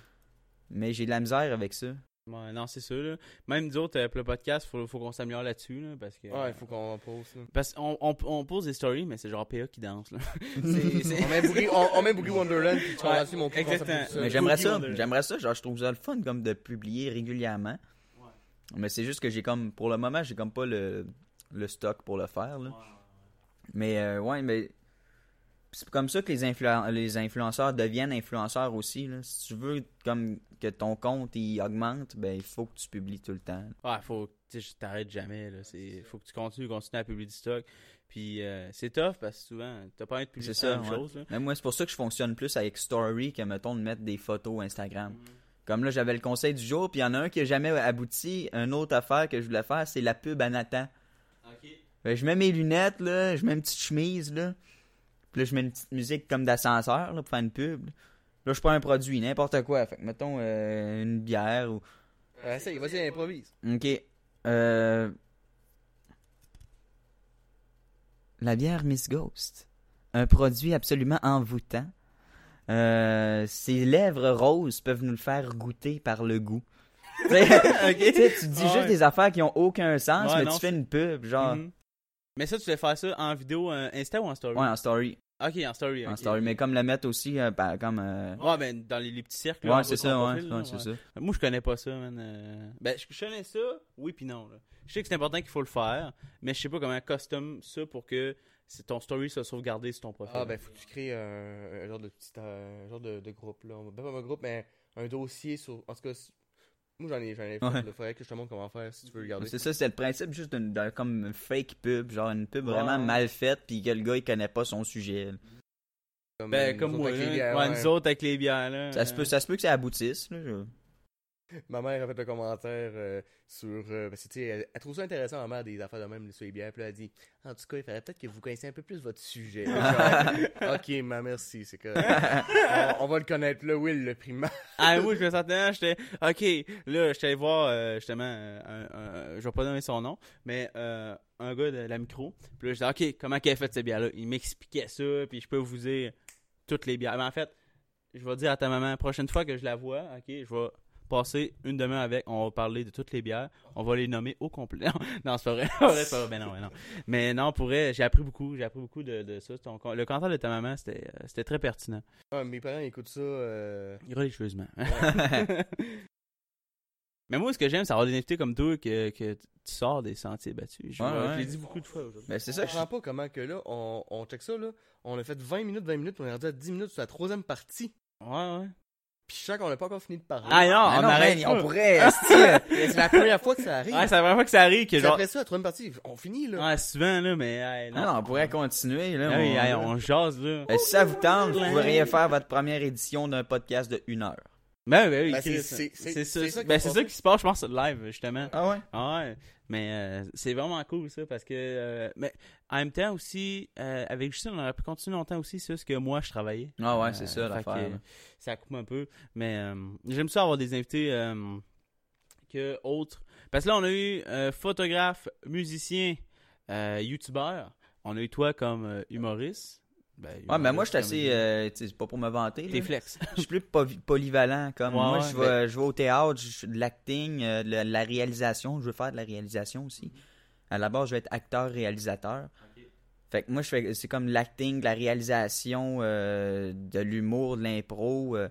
Speaker 2: mais j'ai de la misère avec ça.
Speaker 1: Ouais, non, c'est sûr. là. Même nous autres, euh, pour le podcast, faut, faut qu'on s'améliore là-dessus. là, parce que, euh,
Speaker 5: Ouais, il faut qu'on pose. là.
Speaker 1: Parce qu'on on, on pose des stories, mais c'est genre PA qui danse. Là.
Speaker 5: On met Boogie, on, on met Boogie Wonderland, puis tu
Speaker 1: Ouais,
Speaker 5: vas lancer mon concept
Speaker 1: exactement.
Speaker 5: tout seul.
Speaker 2: Mais j'aimerais
Speaker 1: Cookie
Speaker 2: ça,
Speaker 1: Wonder.
Speaker 2: j'aimerais ça, genre je trouve ça le fun comme de publier régulièrement. Mais c'est juste que j'ai comme pour le moment, j'ai comme pas le, le stock pour le faire là. Mais euh, ouais, mais c'est comme ça que les, influen- les influenceurs deviennent influenceurs aussi là. Si tu veux comme que ton compte il augmente, ben il faut que tu publies tout le temps.
Speaker 1: Ouais, faut que tu sais, t'arrêtes jamais. Là. C'est, faut que tu continues, continues à publier du stock. Puis euh, c'est tough parce que souvent, t'as pas envie de publier
Speaker 2: C'est ça,
Speaker 1: la même
Speaker 2: ouais.
Speaker 1: chose. Là.
Speaker 2: Mais moi, c'est pour ça que je fonctionne plus avec story que mettons de mettre des photos Instagram. Comme là, j'avais le conseil du jour, puis il y en a un qui a jamais abouti. Une autre affaire que je voulais faire, c'est la pub à Nathan. Fait que je mets mes lunettes, là, je mets une petite chemise, là. Puis là, je mets une petite musique comme d'ascenseur, là, pour faire une pub. Là, je prends un produit, n'importe quoi. Fait que, mettons, euh, une bière ou...
Speaker 5: Ouais, essaye, vas-y, improvise.
Speaker 2: OK. Euh... La bière Miss Ghost. Un produit absolument envoûtant. Euh, ses lèvres roses peuvent nous le faire goûter par le goût. Tu sais, tu sais, tu dis
Speaker 1: Ah
Speaker 2: juste
Speaker 1: ouais.
Speaker 2: des affaires qui ont aucun sens,
Speaker 1: Ouais,
Speaker 2: mais
Speaker 1: non,
Speaker 2: tu fais une pub, genre,
Speaker 1: Mhm. Mais ça, tu voulais faire ça en vidéo euh, Insta ou en story?
Speaker 2: ouais, en story,
Speaker 1: Ok, en story.
Speaker 2: en
Speaker 1: ok.
Speaker 2: story, mais comme la mettre aussi, euh, par- comme, euh,
Speaker 1: Ouais, ben dans les, les petits cercles. là, en
Speaker 2: ouais,
Speaker 1: bas
Speaker 2: c'est
Speaker 1: de ton
Speaker 2: ça, ouais,
Speaker 1: profil, là,
Speaker 2: ouais, c'est
Speaker 1: ouais.
Speaker 2: ça.
Speaker 1: Moi, je connais pas ça, man. euh. Ben, je connais ça, oui puis non. là. Je sais que c'est important qu'il faut le faire, mais je sais pas comment custom ça pour que c'est ton story soit sauvegardé sur ton profil.
Speaker 5: Ah, ben, faut que tu crées un, un genre de petit euh, un genre de, de groupe, là. Ben, pas un groupe, mais un dossier sur. En tout cas, si- moi, j'en ai, j'en ai fait.
Speaker 2: Ouais.
Speaker 5: Il faudrait que je te montre comment faire si tu veux le garder.
Speaker 2: C'est ça, c'est le principe juste d'une d'un- comme une fake pub, genre une pub
Speaker 1: Ouais.
Speaker 2: vraiment mal faite puis que le gars il connaît pas son sujet.
Speaker 5: Comme, euh,
Speaker 1: Ben,
Speaker 5: nous
Speaker 1: comme
Speaker 5: autres
Speaker 1: moi,
Speaker 5: avec les
Speaker 1: là.
Speaker 5: bières,
Speaker 1: Ouais,
Speaker 5: ouais.
Speaker 1: nous autres avec les bières, là.
Speaker 2: Ça se peut, ça se peut que ça aboutisse. là, je-
Speaker 5: Ma mère a fait un commentaire euh, sur. euh, parce que, tu sais, elle, elle trouve ça intéressant, ma mère, des affaires de même sur les bières. Puis là, elle dit En tout cas, il faudrait peut-être que vous connaissiez un peu plus votre sujet. Genre, ok, ma merci, c'est que. on, on va le connaître, là, Will, le primaire.
Speaker 1: Ah, moi, je me sentais, là, j'étais, ok, là, j'étais allé voir, euh, justement, euh, un- un- je vais pas donner son nom, mais euh, un gars de la micro. Puis là, j'étais, ok, comment qu'elle a fait cette bière-là? Il m'expliquait ça, puis je peux vous dire toutes les bières. Mais en fait, je vais dire à ta maman, prochaine fois que je la vois, ok, je vais passer une demi-heure avec, on va parler de toutes les bières, on va les nommer au complet. non, c'est pas vrai, c'est pas vrai, c'est pas vrai, mais non, mais non. Mais non, pour vrai, j'ai appris beaucoup, j'ai appris beaucoup de, de ça. Ton con- le canton de ta maman, c'était euh, c'était très pertinent.
Speaker 5: Ah, mes parents écoutent ça. euh,
Speaker 1: Religieusement. mais moi, ce que j'aime, c'est avoir des invités comme toi que, que tu sors des sentiers battus. Je
Speaker 2: Ouais,
Speaker 1: vois- je
Speaker 2: ouais.
Speaker 1: l'ai dit beaucoup de fois aujourd'hui.
Speaker 2: Ben, c'est
Speaker 5: Je
Speaker 2: ça que je
Speaker 1: Ah,
Speaker 5: comprends pas comment que là, on, on check ça là. On a fait 20 minutes, 20 minutes, on est rendu à 10 minutes sur la troisième partie.
Speaker 1: Ouais, ouais.
Speaker 5: Puis chaque, on n'a pas encore fini de parler.
Speaker 1: Ah non,
Speaker 2: Ah
Speaker 1: on
Speaker 2: non,
Speaker 1: arrête.
Speaker 2: man,
Speaker 1: pas.
Speaker 2: on pourrait. esti,
Speaker 5: Et C'est la première fois que ça arrive.
Speaker 1: Ouais, c'est la première fois que ça arrive que
Speaker 5: Puis
Speaker 1: genre.
Speaker 5: Après ça, la troisième partie, on finit là.
Speaker 1: Ouais, souvent, là, mais. hey, non.
Speaker 2: Ah, non, on pourrait continuer. Là,
Speaker 1: Ah oui,
Speaker 2: on-
Speaker 1: hey, on jase, là.
Speaker 2: Euh, si ça vous tente, vous pourriez faire votre première édition d'un podcast de une heure.
Speaker 1: Ben, ben oui,
Speaker 5: Ben,
Speaker 1: Chris,
Speaker 5: c'est- c'est-
Speaker 1: c'est
Speaker 5: c'est
Speaker 1: ça.
Speaker 5: ça qui
Speaker 1: Ben,
Speaker 5: va
Speaker 1: c'est
Speaker 5: passer.
Speaker 1: ça qui se passe, je pense, sur le live, justement.
Speaker 2: Ah ouais?
Speaker 1: Ah ouais, mais euh, c'est vraiment cool ça parce que. euh, mais en même temps aussi, euh, avec Justine, on aurait pu continuer longtemps aussi sur ce que moi je travaillais.
Speaker 2: Ah ouais,
Speaker 1: Euh,
Speaker 2: c'est ça
Speaker 1: fait
Speaker 2: l'affaire.
Speaker 1: que,
Speaker 2: là.
Speaker 1: Ça coupe un peu, mais euh, j'aime ça avoir des invités euh, que autres. Parce que là, on a eu euh, photographe, musicien, euh, youtubeur. On a eu toi comme euh, humoriste. Ben,
Speaker 2: Ouais, mais moi, je
Speaker 1: humoriste,
Speaker 2: suis assez.
Speaker 1: comme-
Speaker 2: euh, tu sais, c'est pas pour me vanter.
Speaker 1: T'es
Speaker 2: là.
Speaker 1: flex.
Speaker 2: Je suis plus povi- polyvalent. Comme
Speaker 1: Ouais,
Speaker 2: moi,
Speaker 1: ouais, ben
Speaker 2: je, vais, je vais au théâtre, je fais de l'acting, euh, de la, de la réalisation. Je veux faire de la réalisation aussi. À la base, je vais être acteur-réalisateur. Fait que moi, je fais, c'est comme l'acting, de la réalisation, euh, de l'humour, de l'impro. euh.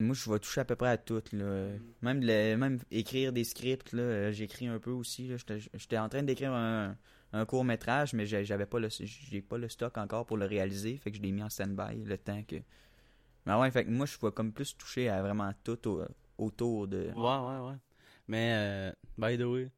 Speaker 2: Moi, je vais toucher à peu près à tout. Là. Même, le- même écrire des scripts, là, euh, j'écris un peu aussi. là. J'étais, j'étais en train d'écrire un, un court-métrage, mais j'ai- j'avais pas le, j'ai pas le stock encore pour le réaliser. Fait que je l'ai mis en stand-by le temps que... Mais ouais, fait que moi, je vais comme plus toucher à vraiment tout au- autour de...
Speaker 1: Ouais, ouais, ouais. Mais, euh, by the way,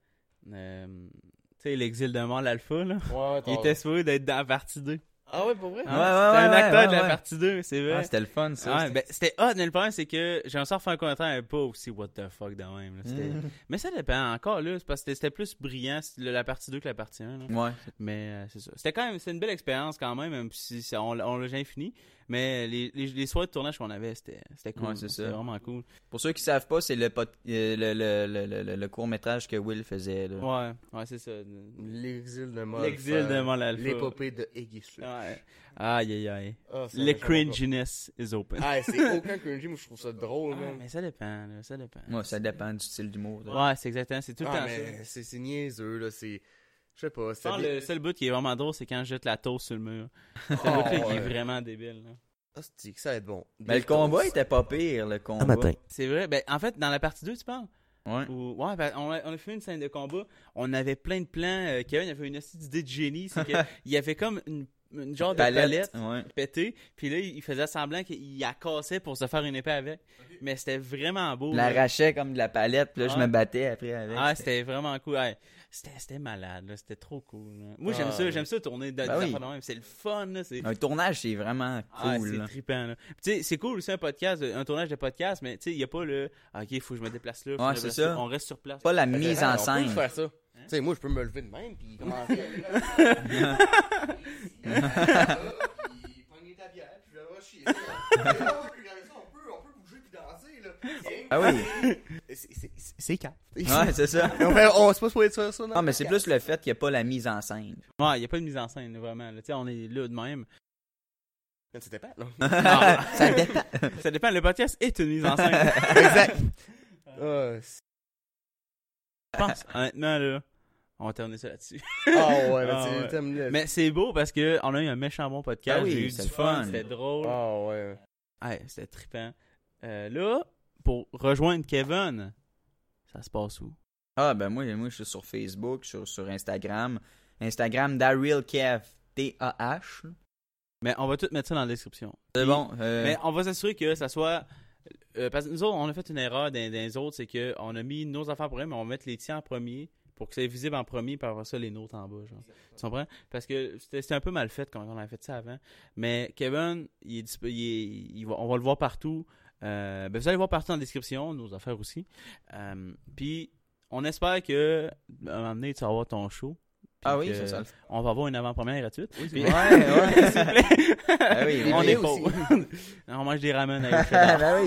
Speaker 1: euh, tu sais, l'exil de mort, l'alpha, là.
Speaker 5: Ouais,
Speaker 1: Il était supposé d'être dans la partie 2.
Speaker 5: Ah ouais, pour vrai?
Speaker 1: Hein?
Speaker 2: Oh. Ouais, ouais,
Speaker 1: c'était un
Speaker 2: ouais,
Speaker 1: acteur
Speaker 2: ouais,
Speaker 1: de la
Speaker 2: ouais.
Speaker 1: partie 2, c'est vrai.
Speaker 2: Ah, c'était le fun, ça.
Speaker 1: Ouais, ben, c'était hot, mais le problème, c'est que j'ai encore fait un commentaire mais pas aussi what the fuck de même. là. C'était- Mais ça dépend encore, là. C'est parce que c'était- c'était plus brillant c- le- la partie 2 que la partie 1. là.
Speaker 2: Ouais.
Speaker 1: Mais euh, c'est ça. C'était quand même c'est une belle expérience, quand même, même si ça- on, l'a- on l'a jamais fini. Mais les, les, les soirées de tournage qu'on avait, c'était c'était cool.
Speaker 2: Ouais, c'est ça.
Speaker 1: c'était vraiment cool.
Speaker 2: Pour ceux qui savent pas, c'est le, pod- euh, le, le, le, le- le- le court-métrage que Will faisait. là.
Speaker 1: Ouais, ouais, c'est ça.
Speaker 5: L'exil de Mol.
Speaker 1: L'exil de Mont l'Alpha.
Speaker 5: L'épopée de Iggy Slip.
Speaker 1: Ouais. Aïe, aïe, aïe.
Speaker 5: Ah, ça,
Speaker 1: Le
Speaker 5: je comprends pas.
Speaker 1: cringiness is open.
Speaker 5: Ah, c'est aucun cringy, moi je trouve ça drôle,
Speaker 1: Ah,
Speaker 5: man.
Speaker 1: mais ça dépend, là, ça dépend.
Speaker 2: Ouais, ça dépend du style d'humour. là.
Speaker 1: Ouais, c'est exactement, c'est tout le
Speaker 5: Ah,
Speaker 1: temps ça.
Speaker 5: mais c'est c'est niaiseux, là, c'est... Je sais pas, c'est...
Speaker 1: Genre, le seul bout qui est vraiment drôle, c'est quand je jette la toast sur le mur. C'est
Speaker 5: Oh,
Speaker 1: le bout là qui est
Speaker 5: ouais.
Speaker 1: vraiment débile. là.
Speaker 5: Hostie, que ça va être bon.
Speaker 2: Mais le combat était pas pire, le combat.
Speaker 4: Un matin.
Speaker 1: C'est vrai. Ben, en fait, dans la partie 2, tu parles
Speaker 2: Ah, Ouais.
Speaker 1: Ou- Ouais, ben, on, a, on a fait une scène de combat. On avait plein de plans. euh, Kevin avait une petite idée de génie. C'est qu'il y avait comme une, une genre de palette
Speaker 2: Ouais.
Speaker 1: pétée. Puis là, il faisait semblant qu'il la cassait pour se faire une épée avec. Mais c'était vraiment beau. là.
Speaker 2: L'arrachait comme de la palette, puis là, je
Speaker 1: Ouais.
Speaker 2: me battais après avec.
Speaker 1: euh, Ah, c'était vraiment cool. Ouais. C'était c'était malade, là. c'était trop cool. là. Moi, j'aime
Speaker 5: Ah,
Speaker 1: ça,
Speaker 5: ouais.
Speaker 1: j'aime ça tourner de, des
Speaker 2: Ben oui.
Speaker 1: affaires de même. C'est le fun, là. C'est
Speaker 2: Un tournage, c'est vraiment
Speaker 1: Ah,
Speaker 2: cool.
Speaker 1: c'est
Speaker 2: là.
Speaker 1: trippant, là. Puis, tu sais, c'est cool aussi un podcast, euh, un tournage de podcast, mais tu sais, il n'y a pas le Ah, OK, il faut que je me déplace là. faut que je me
Speaker 2: c'est
Speaker 1: déplace
Speaker 2: ça.
Speaker 1: là. On reste sur place.
Speaker 2: Pas la
Speaker 5: Fait que,
Speaker 2: mise
Speaker 5: hey,
Speaker 2: en
Speaker 5: on peut
Speaker 2: scène. Hein?
Speaker 5: faire ça. Tu sais, moi je peux me lever de même, puis commencer à... Puis pogner ta bière, puis je vais chier. On peut regarder ça, on peut- on peut bouger puis danser, là. C'est-
Speaker 2: Ah oui.
Speaker 5: c'est- c'est- c'est- C'est calme.
Speaker 2: Ouais, c'est ça.
Speaker 5: Mais on fait- on c'est pas supposé faire ça, non?
Speaker 2: Non, mais c'est plus le fait qu'il n'y a pas la mise en scène.
Speaker 1: Ouais, il n'y a pas de mise en scène, là, vraiment. là. Tu sais, on est là de même.
Speaker 5: Mais C'était pas, non?
Speaker 1: Ah,
Speaker 2: Ça dépend.
Speaker 1: ça dépend, le podcast est une mise en scène,
Speaker 5: Exact. Ah, c'est-
Speaker 1: je pense. Honnêtement, là, on va terminer ça là-dessus.
Speaker 5: Ah ouais,
Speaker 1: Ah
Speaker 5: mais
Speaker 1: ouais.
Speaker 5: tu terminé.
Speaker 1: Mais c'est beau parce que on a eu un méchant bon podcast.
Speaker 2: Ah oui,
Speaker 1: J'ai eu du
Speaker 2: c'est
Speaker 1: fun,
Speaker 2: le fun.
Speaker 1: c'était drôle.
Speaker 5: Ah ouais.
Speaker 1: Ouais, c'était trippant. Euh, là, pour rejoindre Kevin, ça se passe où?
Speaker 2: Ah, ben moi, moi je suis sur Facebook, je suis sur Instagram. Instagram, Daryl Kev. T-A-H.
Speaker 1: Mais on va tout mettre ça dans la description.
Speaker 2: C'est bon. euh,
Speaker 1: Mais on va s'assurer que ça soit. euh, parce que nous autres, on a fait une erreur dans, dans les autres, c'est qu'on a mis nos affaires en premier, mais on va mettre les tiens en premier pour que c'est visible en premier, puis après ça, les nôtres en bas. Genre. Tu comprends? Parce que c'était c'était un peu mal fait quand on a fait ça avant. Mais Kevin, il est dispo- il est- il va- on va le voir partout. Euh, ben, vous allez voir partout en description, nos affaires aussi. Euh, puis on espère que, à un moment donné, tu vas avoir ton show. puis
Speaker 2: Ah oui,
Speaker 1: que
Speaker 2: c'est ça.
Speaker 1: On va avoir une avant-première gratuite. Puis-
Speaker 2: Ouais, ouais.
Speaker 1: S'il vous plaît.
Speaker 2: Ah oui,
Speaker 1: on
Speaker 2: oui.
Speaker 1: est
Speaker 5: Mais aussi.
Speaker 1: pauvre. on mange des ramen avec le cheddar.
Speaker 2: Ben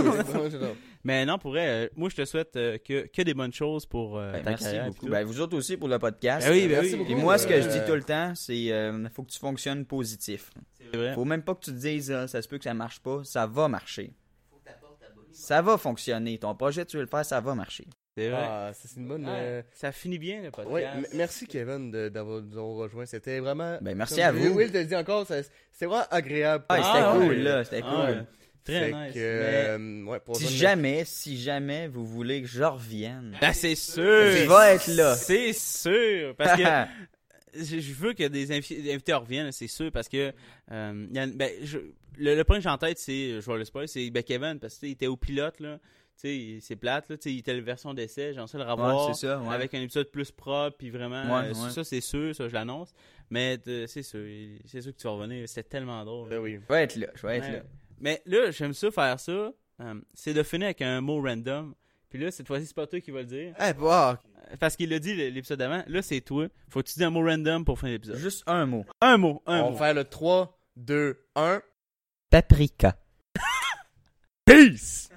Speaker 2: oui.
Speaker 1: Mais non, pour vrai, euh, moi, je te souhaite euh, que, que des bonnes choses pour euh,
Speaker 2: Ben,
Speaker 1: ta
Speaker 2: merci
Speaker 1: carrière et
Speaker 2: beaucoup.
Speaker 1: tout.
Speaker 2: Ben, vous autres aussi pour le podcast.
Speaker 1: Ben oui, ben
Speaker 5: merci
Speaker 1: oui.
Speaker 5: beaucoup.
Speaker 2: Et moi, ce que je
Speaker 5: Euh,
Speaker 2: dis tout le temps, c'est euh, faut que tu fonctionnes positif.
Speaker 1: C'est C'est vrai.
Speaker 2: Faut même pas que tu te dises, ah, ça se peut que ça marche pas, ça va marcher. Ça va fonctionner. Ton projet, tu veux le faire, ça va marcher.
Speaker 1: C'est vrai.
Speaker 5: Ah, ça, c'est une bonne. euh,
Speaker 1: Ouais. Ça finit bien le podcast.
Speaker 5: Ouais, m- merci Kevin de- d'avoir nous avoir rejoint. C'était vraiment.
Speaker 2: Ben, merci
Speaker 5: Comme
Speaker 2: à vous.
Speaker 5: Will te le dit encore, ça- c'était vraiment agréable.
Speaker 2: Ah, c'était
Speaker 1: Ah,
Speaker 2: cool,
Speaker 1: ouais.
Speaker 2: là. C'était
Speaker 1: Ah,
Speaker 2: cool.
Speaker 1: ouais. Très
Speaker 5: Fait
Speaker 1: nice.
Speaker 5: que, euh, ouais, pour
Speaker 2: Si
Speaker 5: rejoindre-
Speaker 2: jamais, si jamais vous voulez que je revienne,
Speaker 1: Mais- Ben, c'est
Speaker 2: tu
Speaker 1: sûr.
Speaker 2: vas être là.
Speaker 1: C'est sûr. Parce que je je veux que des invi- des invités reviennent, c'est sûr. Parce que euh, il y en- ben, je- le, le point que j'ai en tête, c'est, je vois le spoil, c'est ben, Kevin. Parce qu'il était au pilote, là. Tu sais, c'est plate, là. Tu sais, il était la version d'essai. J'en sais le revoir.
Speaker 2: Ouais, c'est ça, ouais.
Speaker 1: Avec un épisode plus propre, puis vraiment,
Speaker 2: Ouais,
Speaker 1: euh,
Speaker 2: ouais.
Speaker 1: ça c'est sûr, ça je l'annonce. Mais euh, c'est sûr, il- c'est sûr que tu vas revenir, c'était tellement drôle.
Speaker 5: Ben oui.
Speaker 2: Je vais être là, je vais être
Speaker 1: Ouais.
Speaker 2: là.
Speaker 1: Mais là, j'aime ça faire ça. euh, c'est de finir avec un mot random. Puis là, cette fois-ci, c'est pas toi qui va le dire.
Speaker 5: Eh, bah,
Speaker 1: Euh, Parce qu'il l'a dit l- l'épisode d'avant. Là, c'est toi. Faut que tu dises un mot random pour finir l'épisode.
Speaker 2: Juste un mot.
Speaker 1: Un mot, un
Speaker 5: on
Speaker 1: mot.
Speaker 5: va faire le 3, 2, 1.
Speaker 2: Paprika.
Speaker 1: Peace!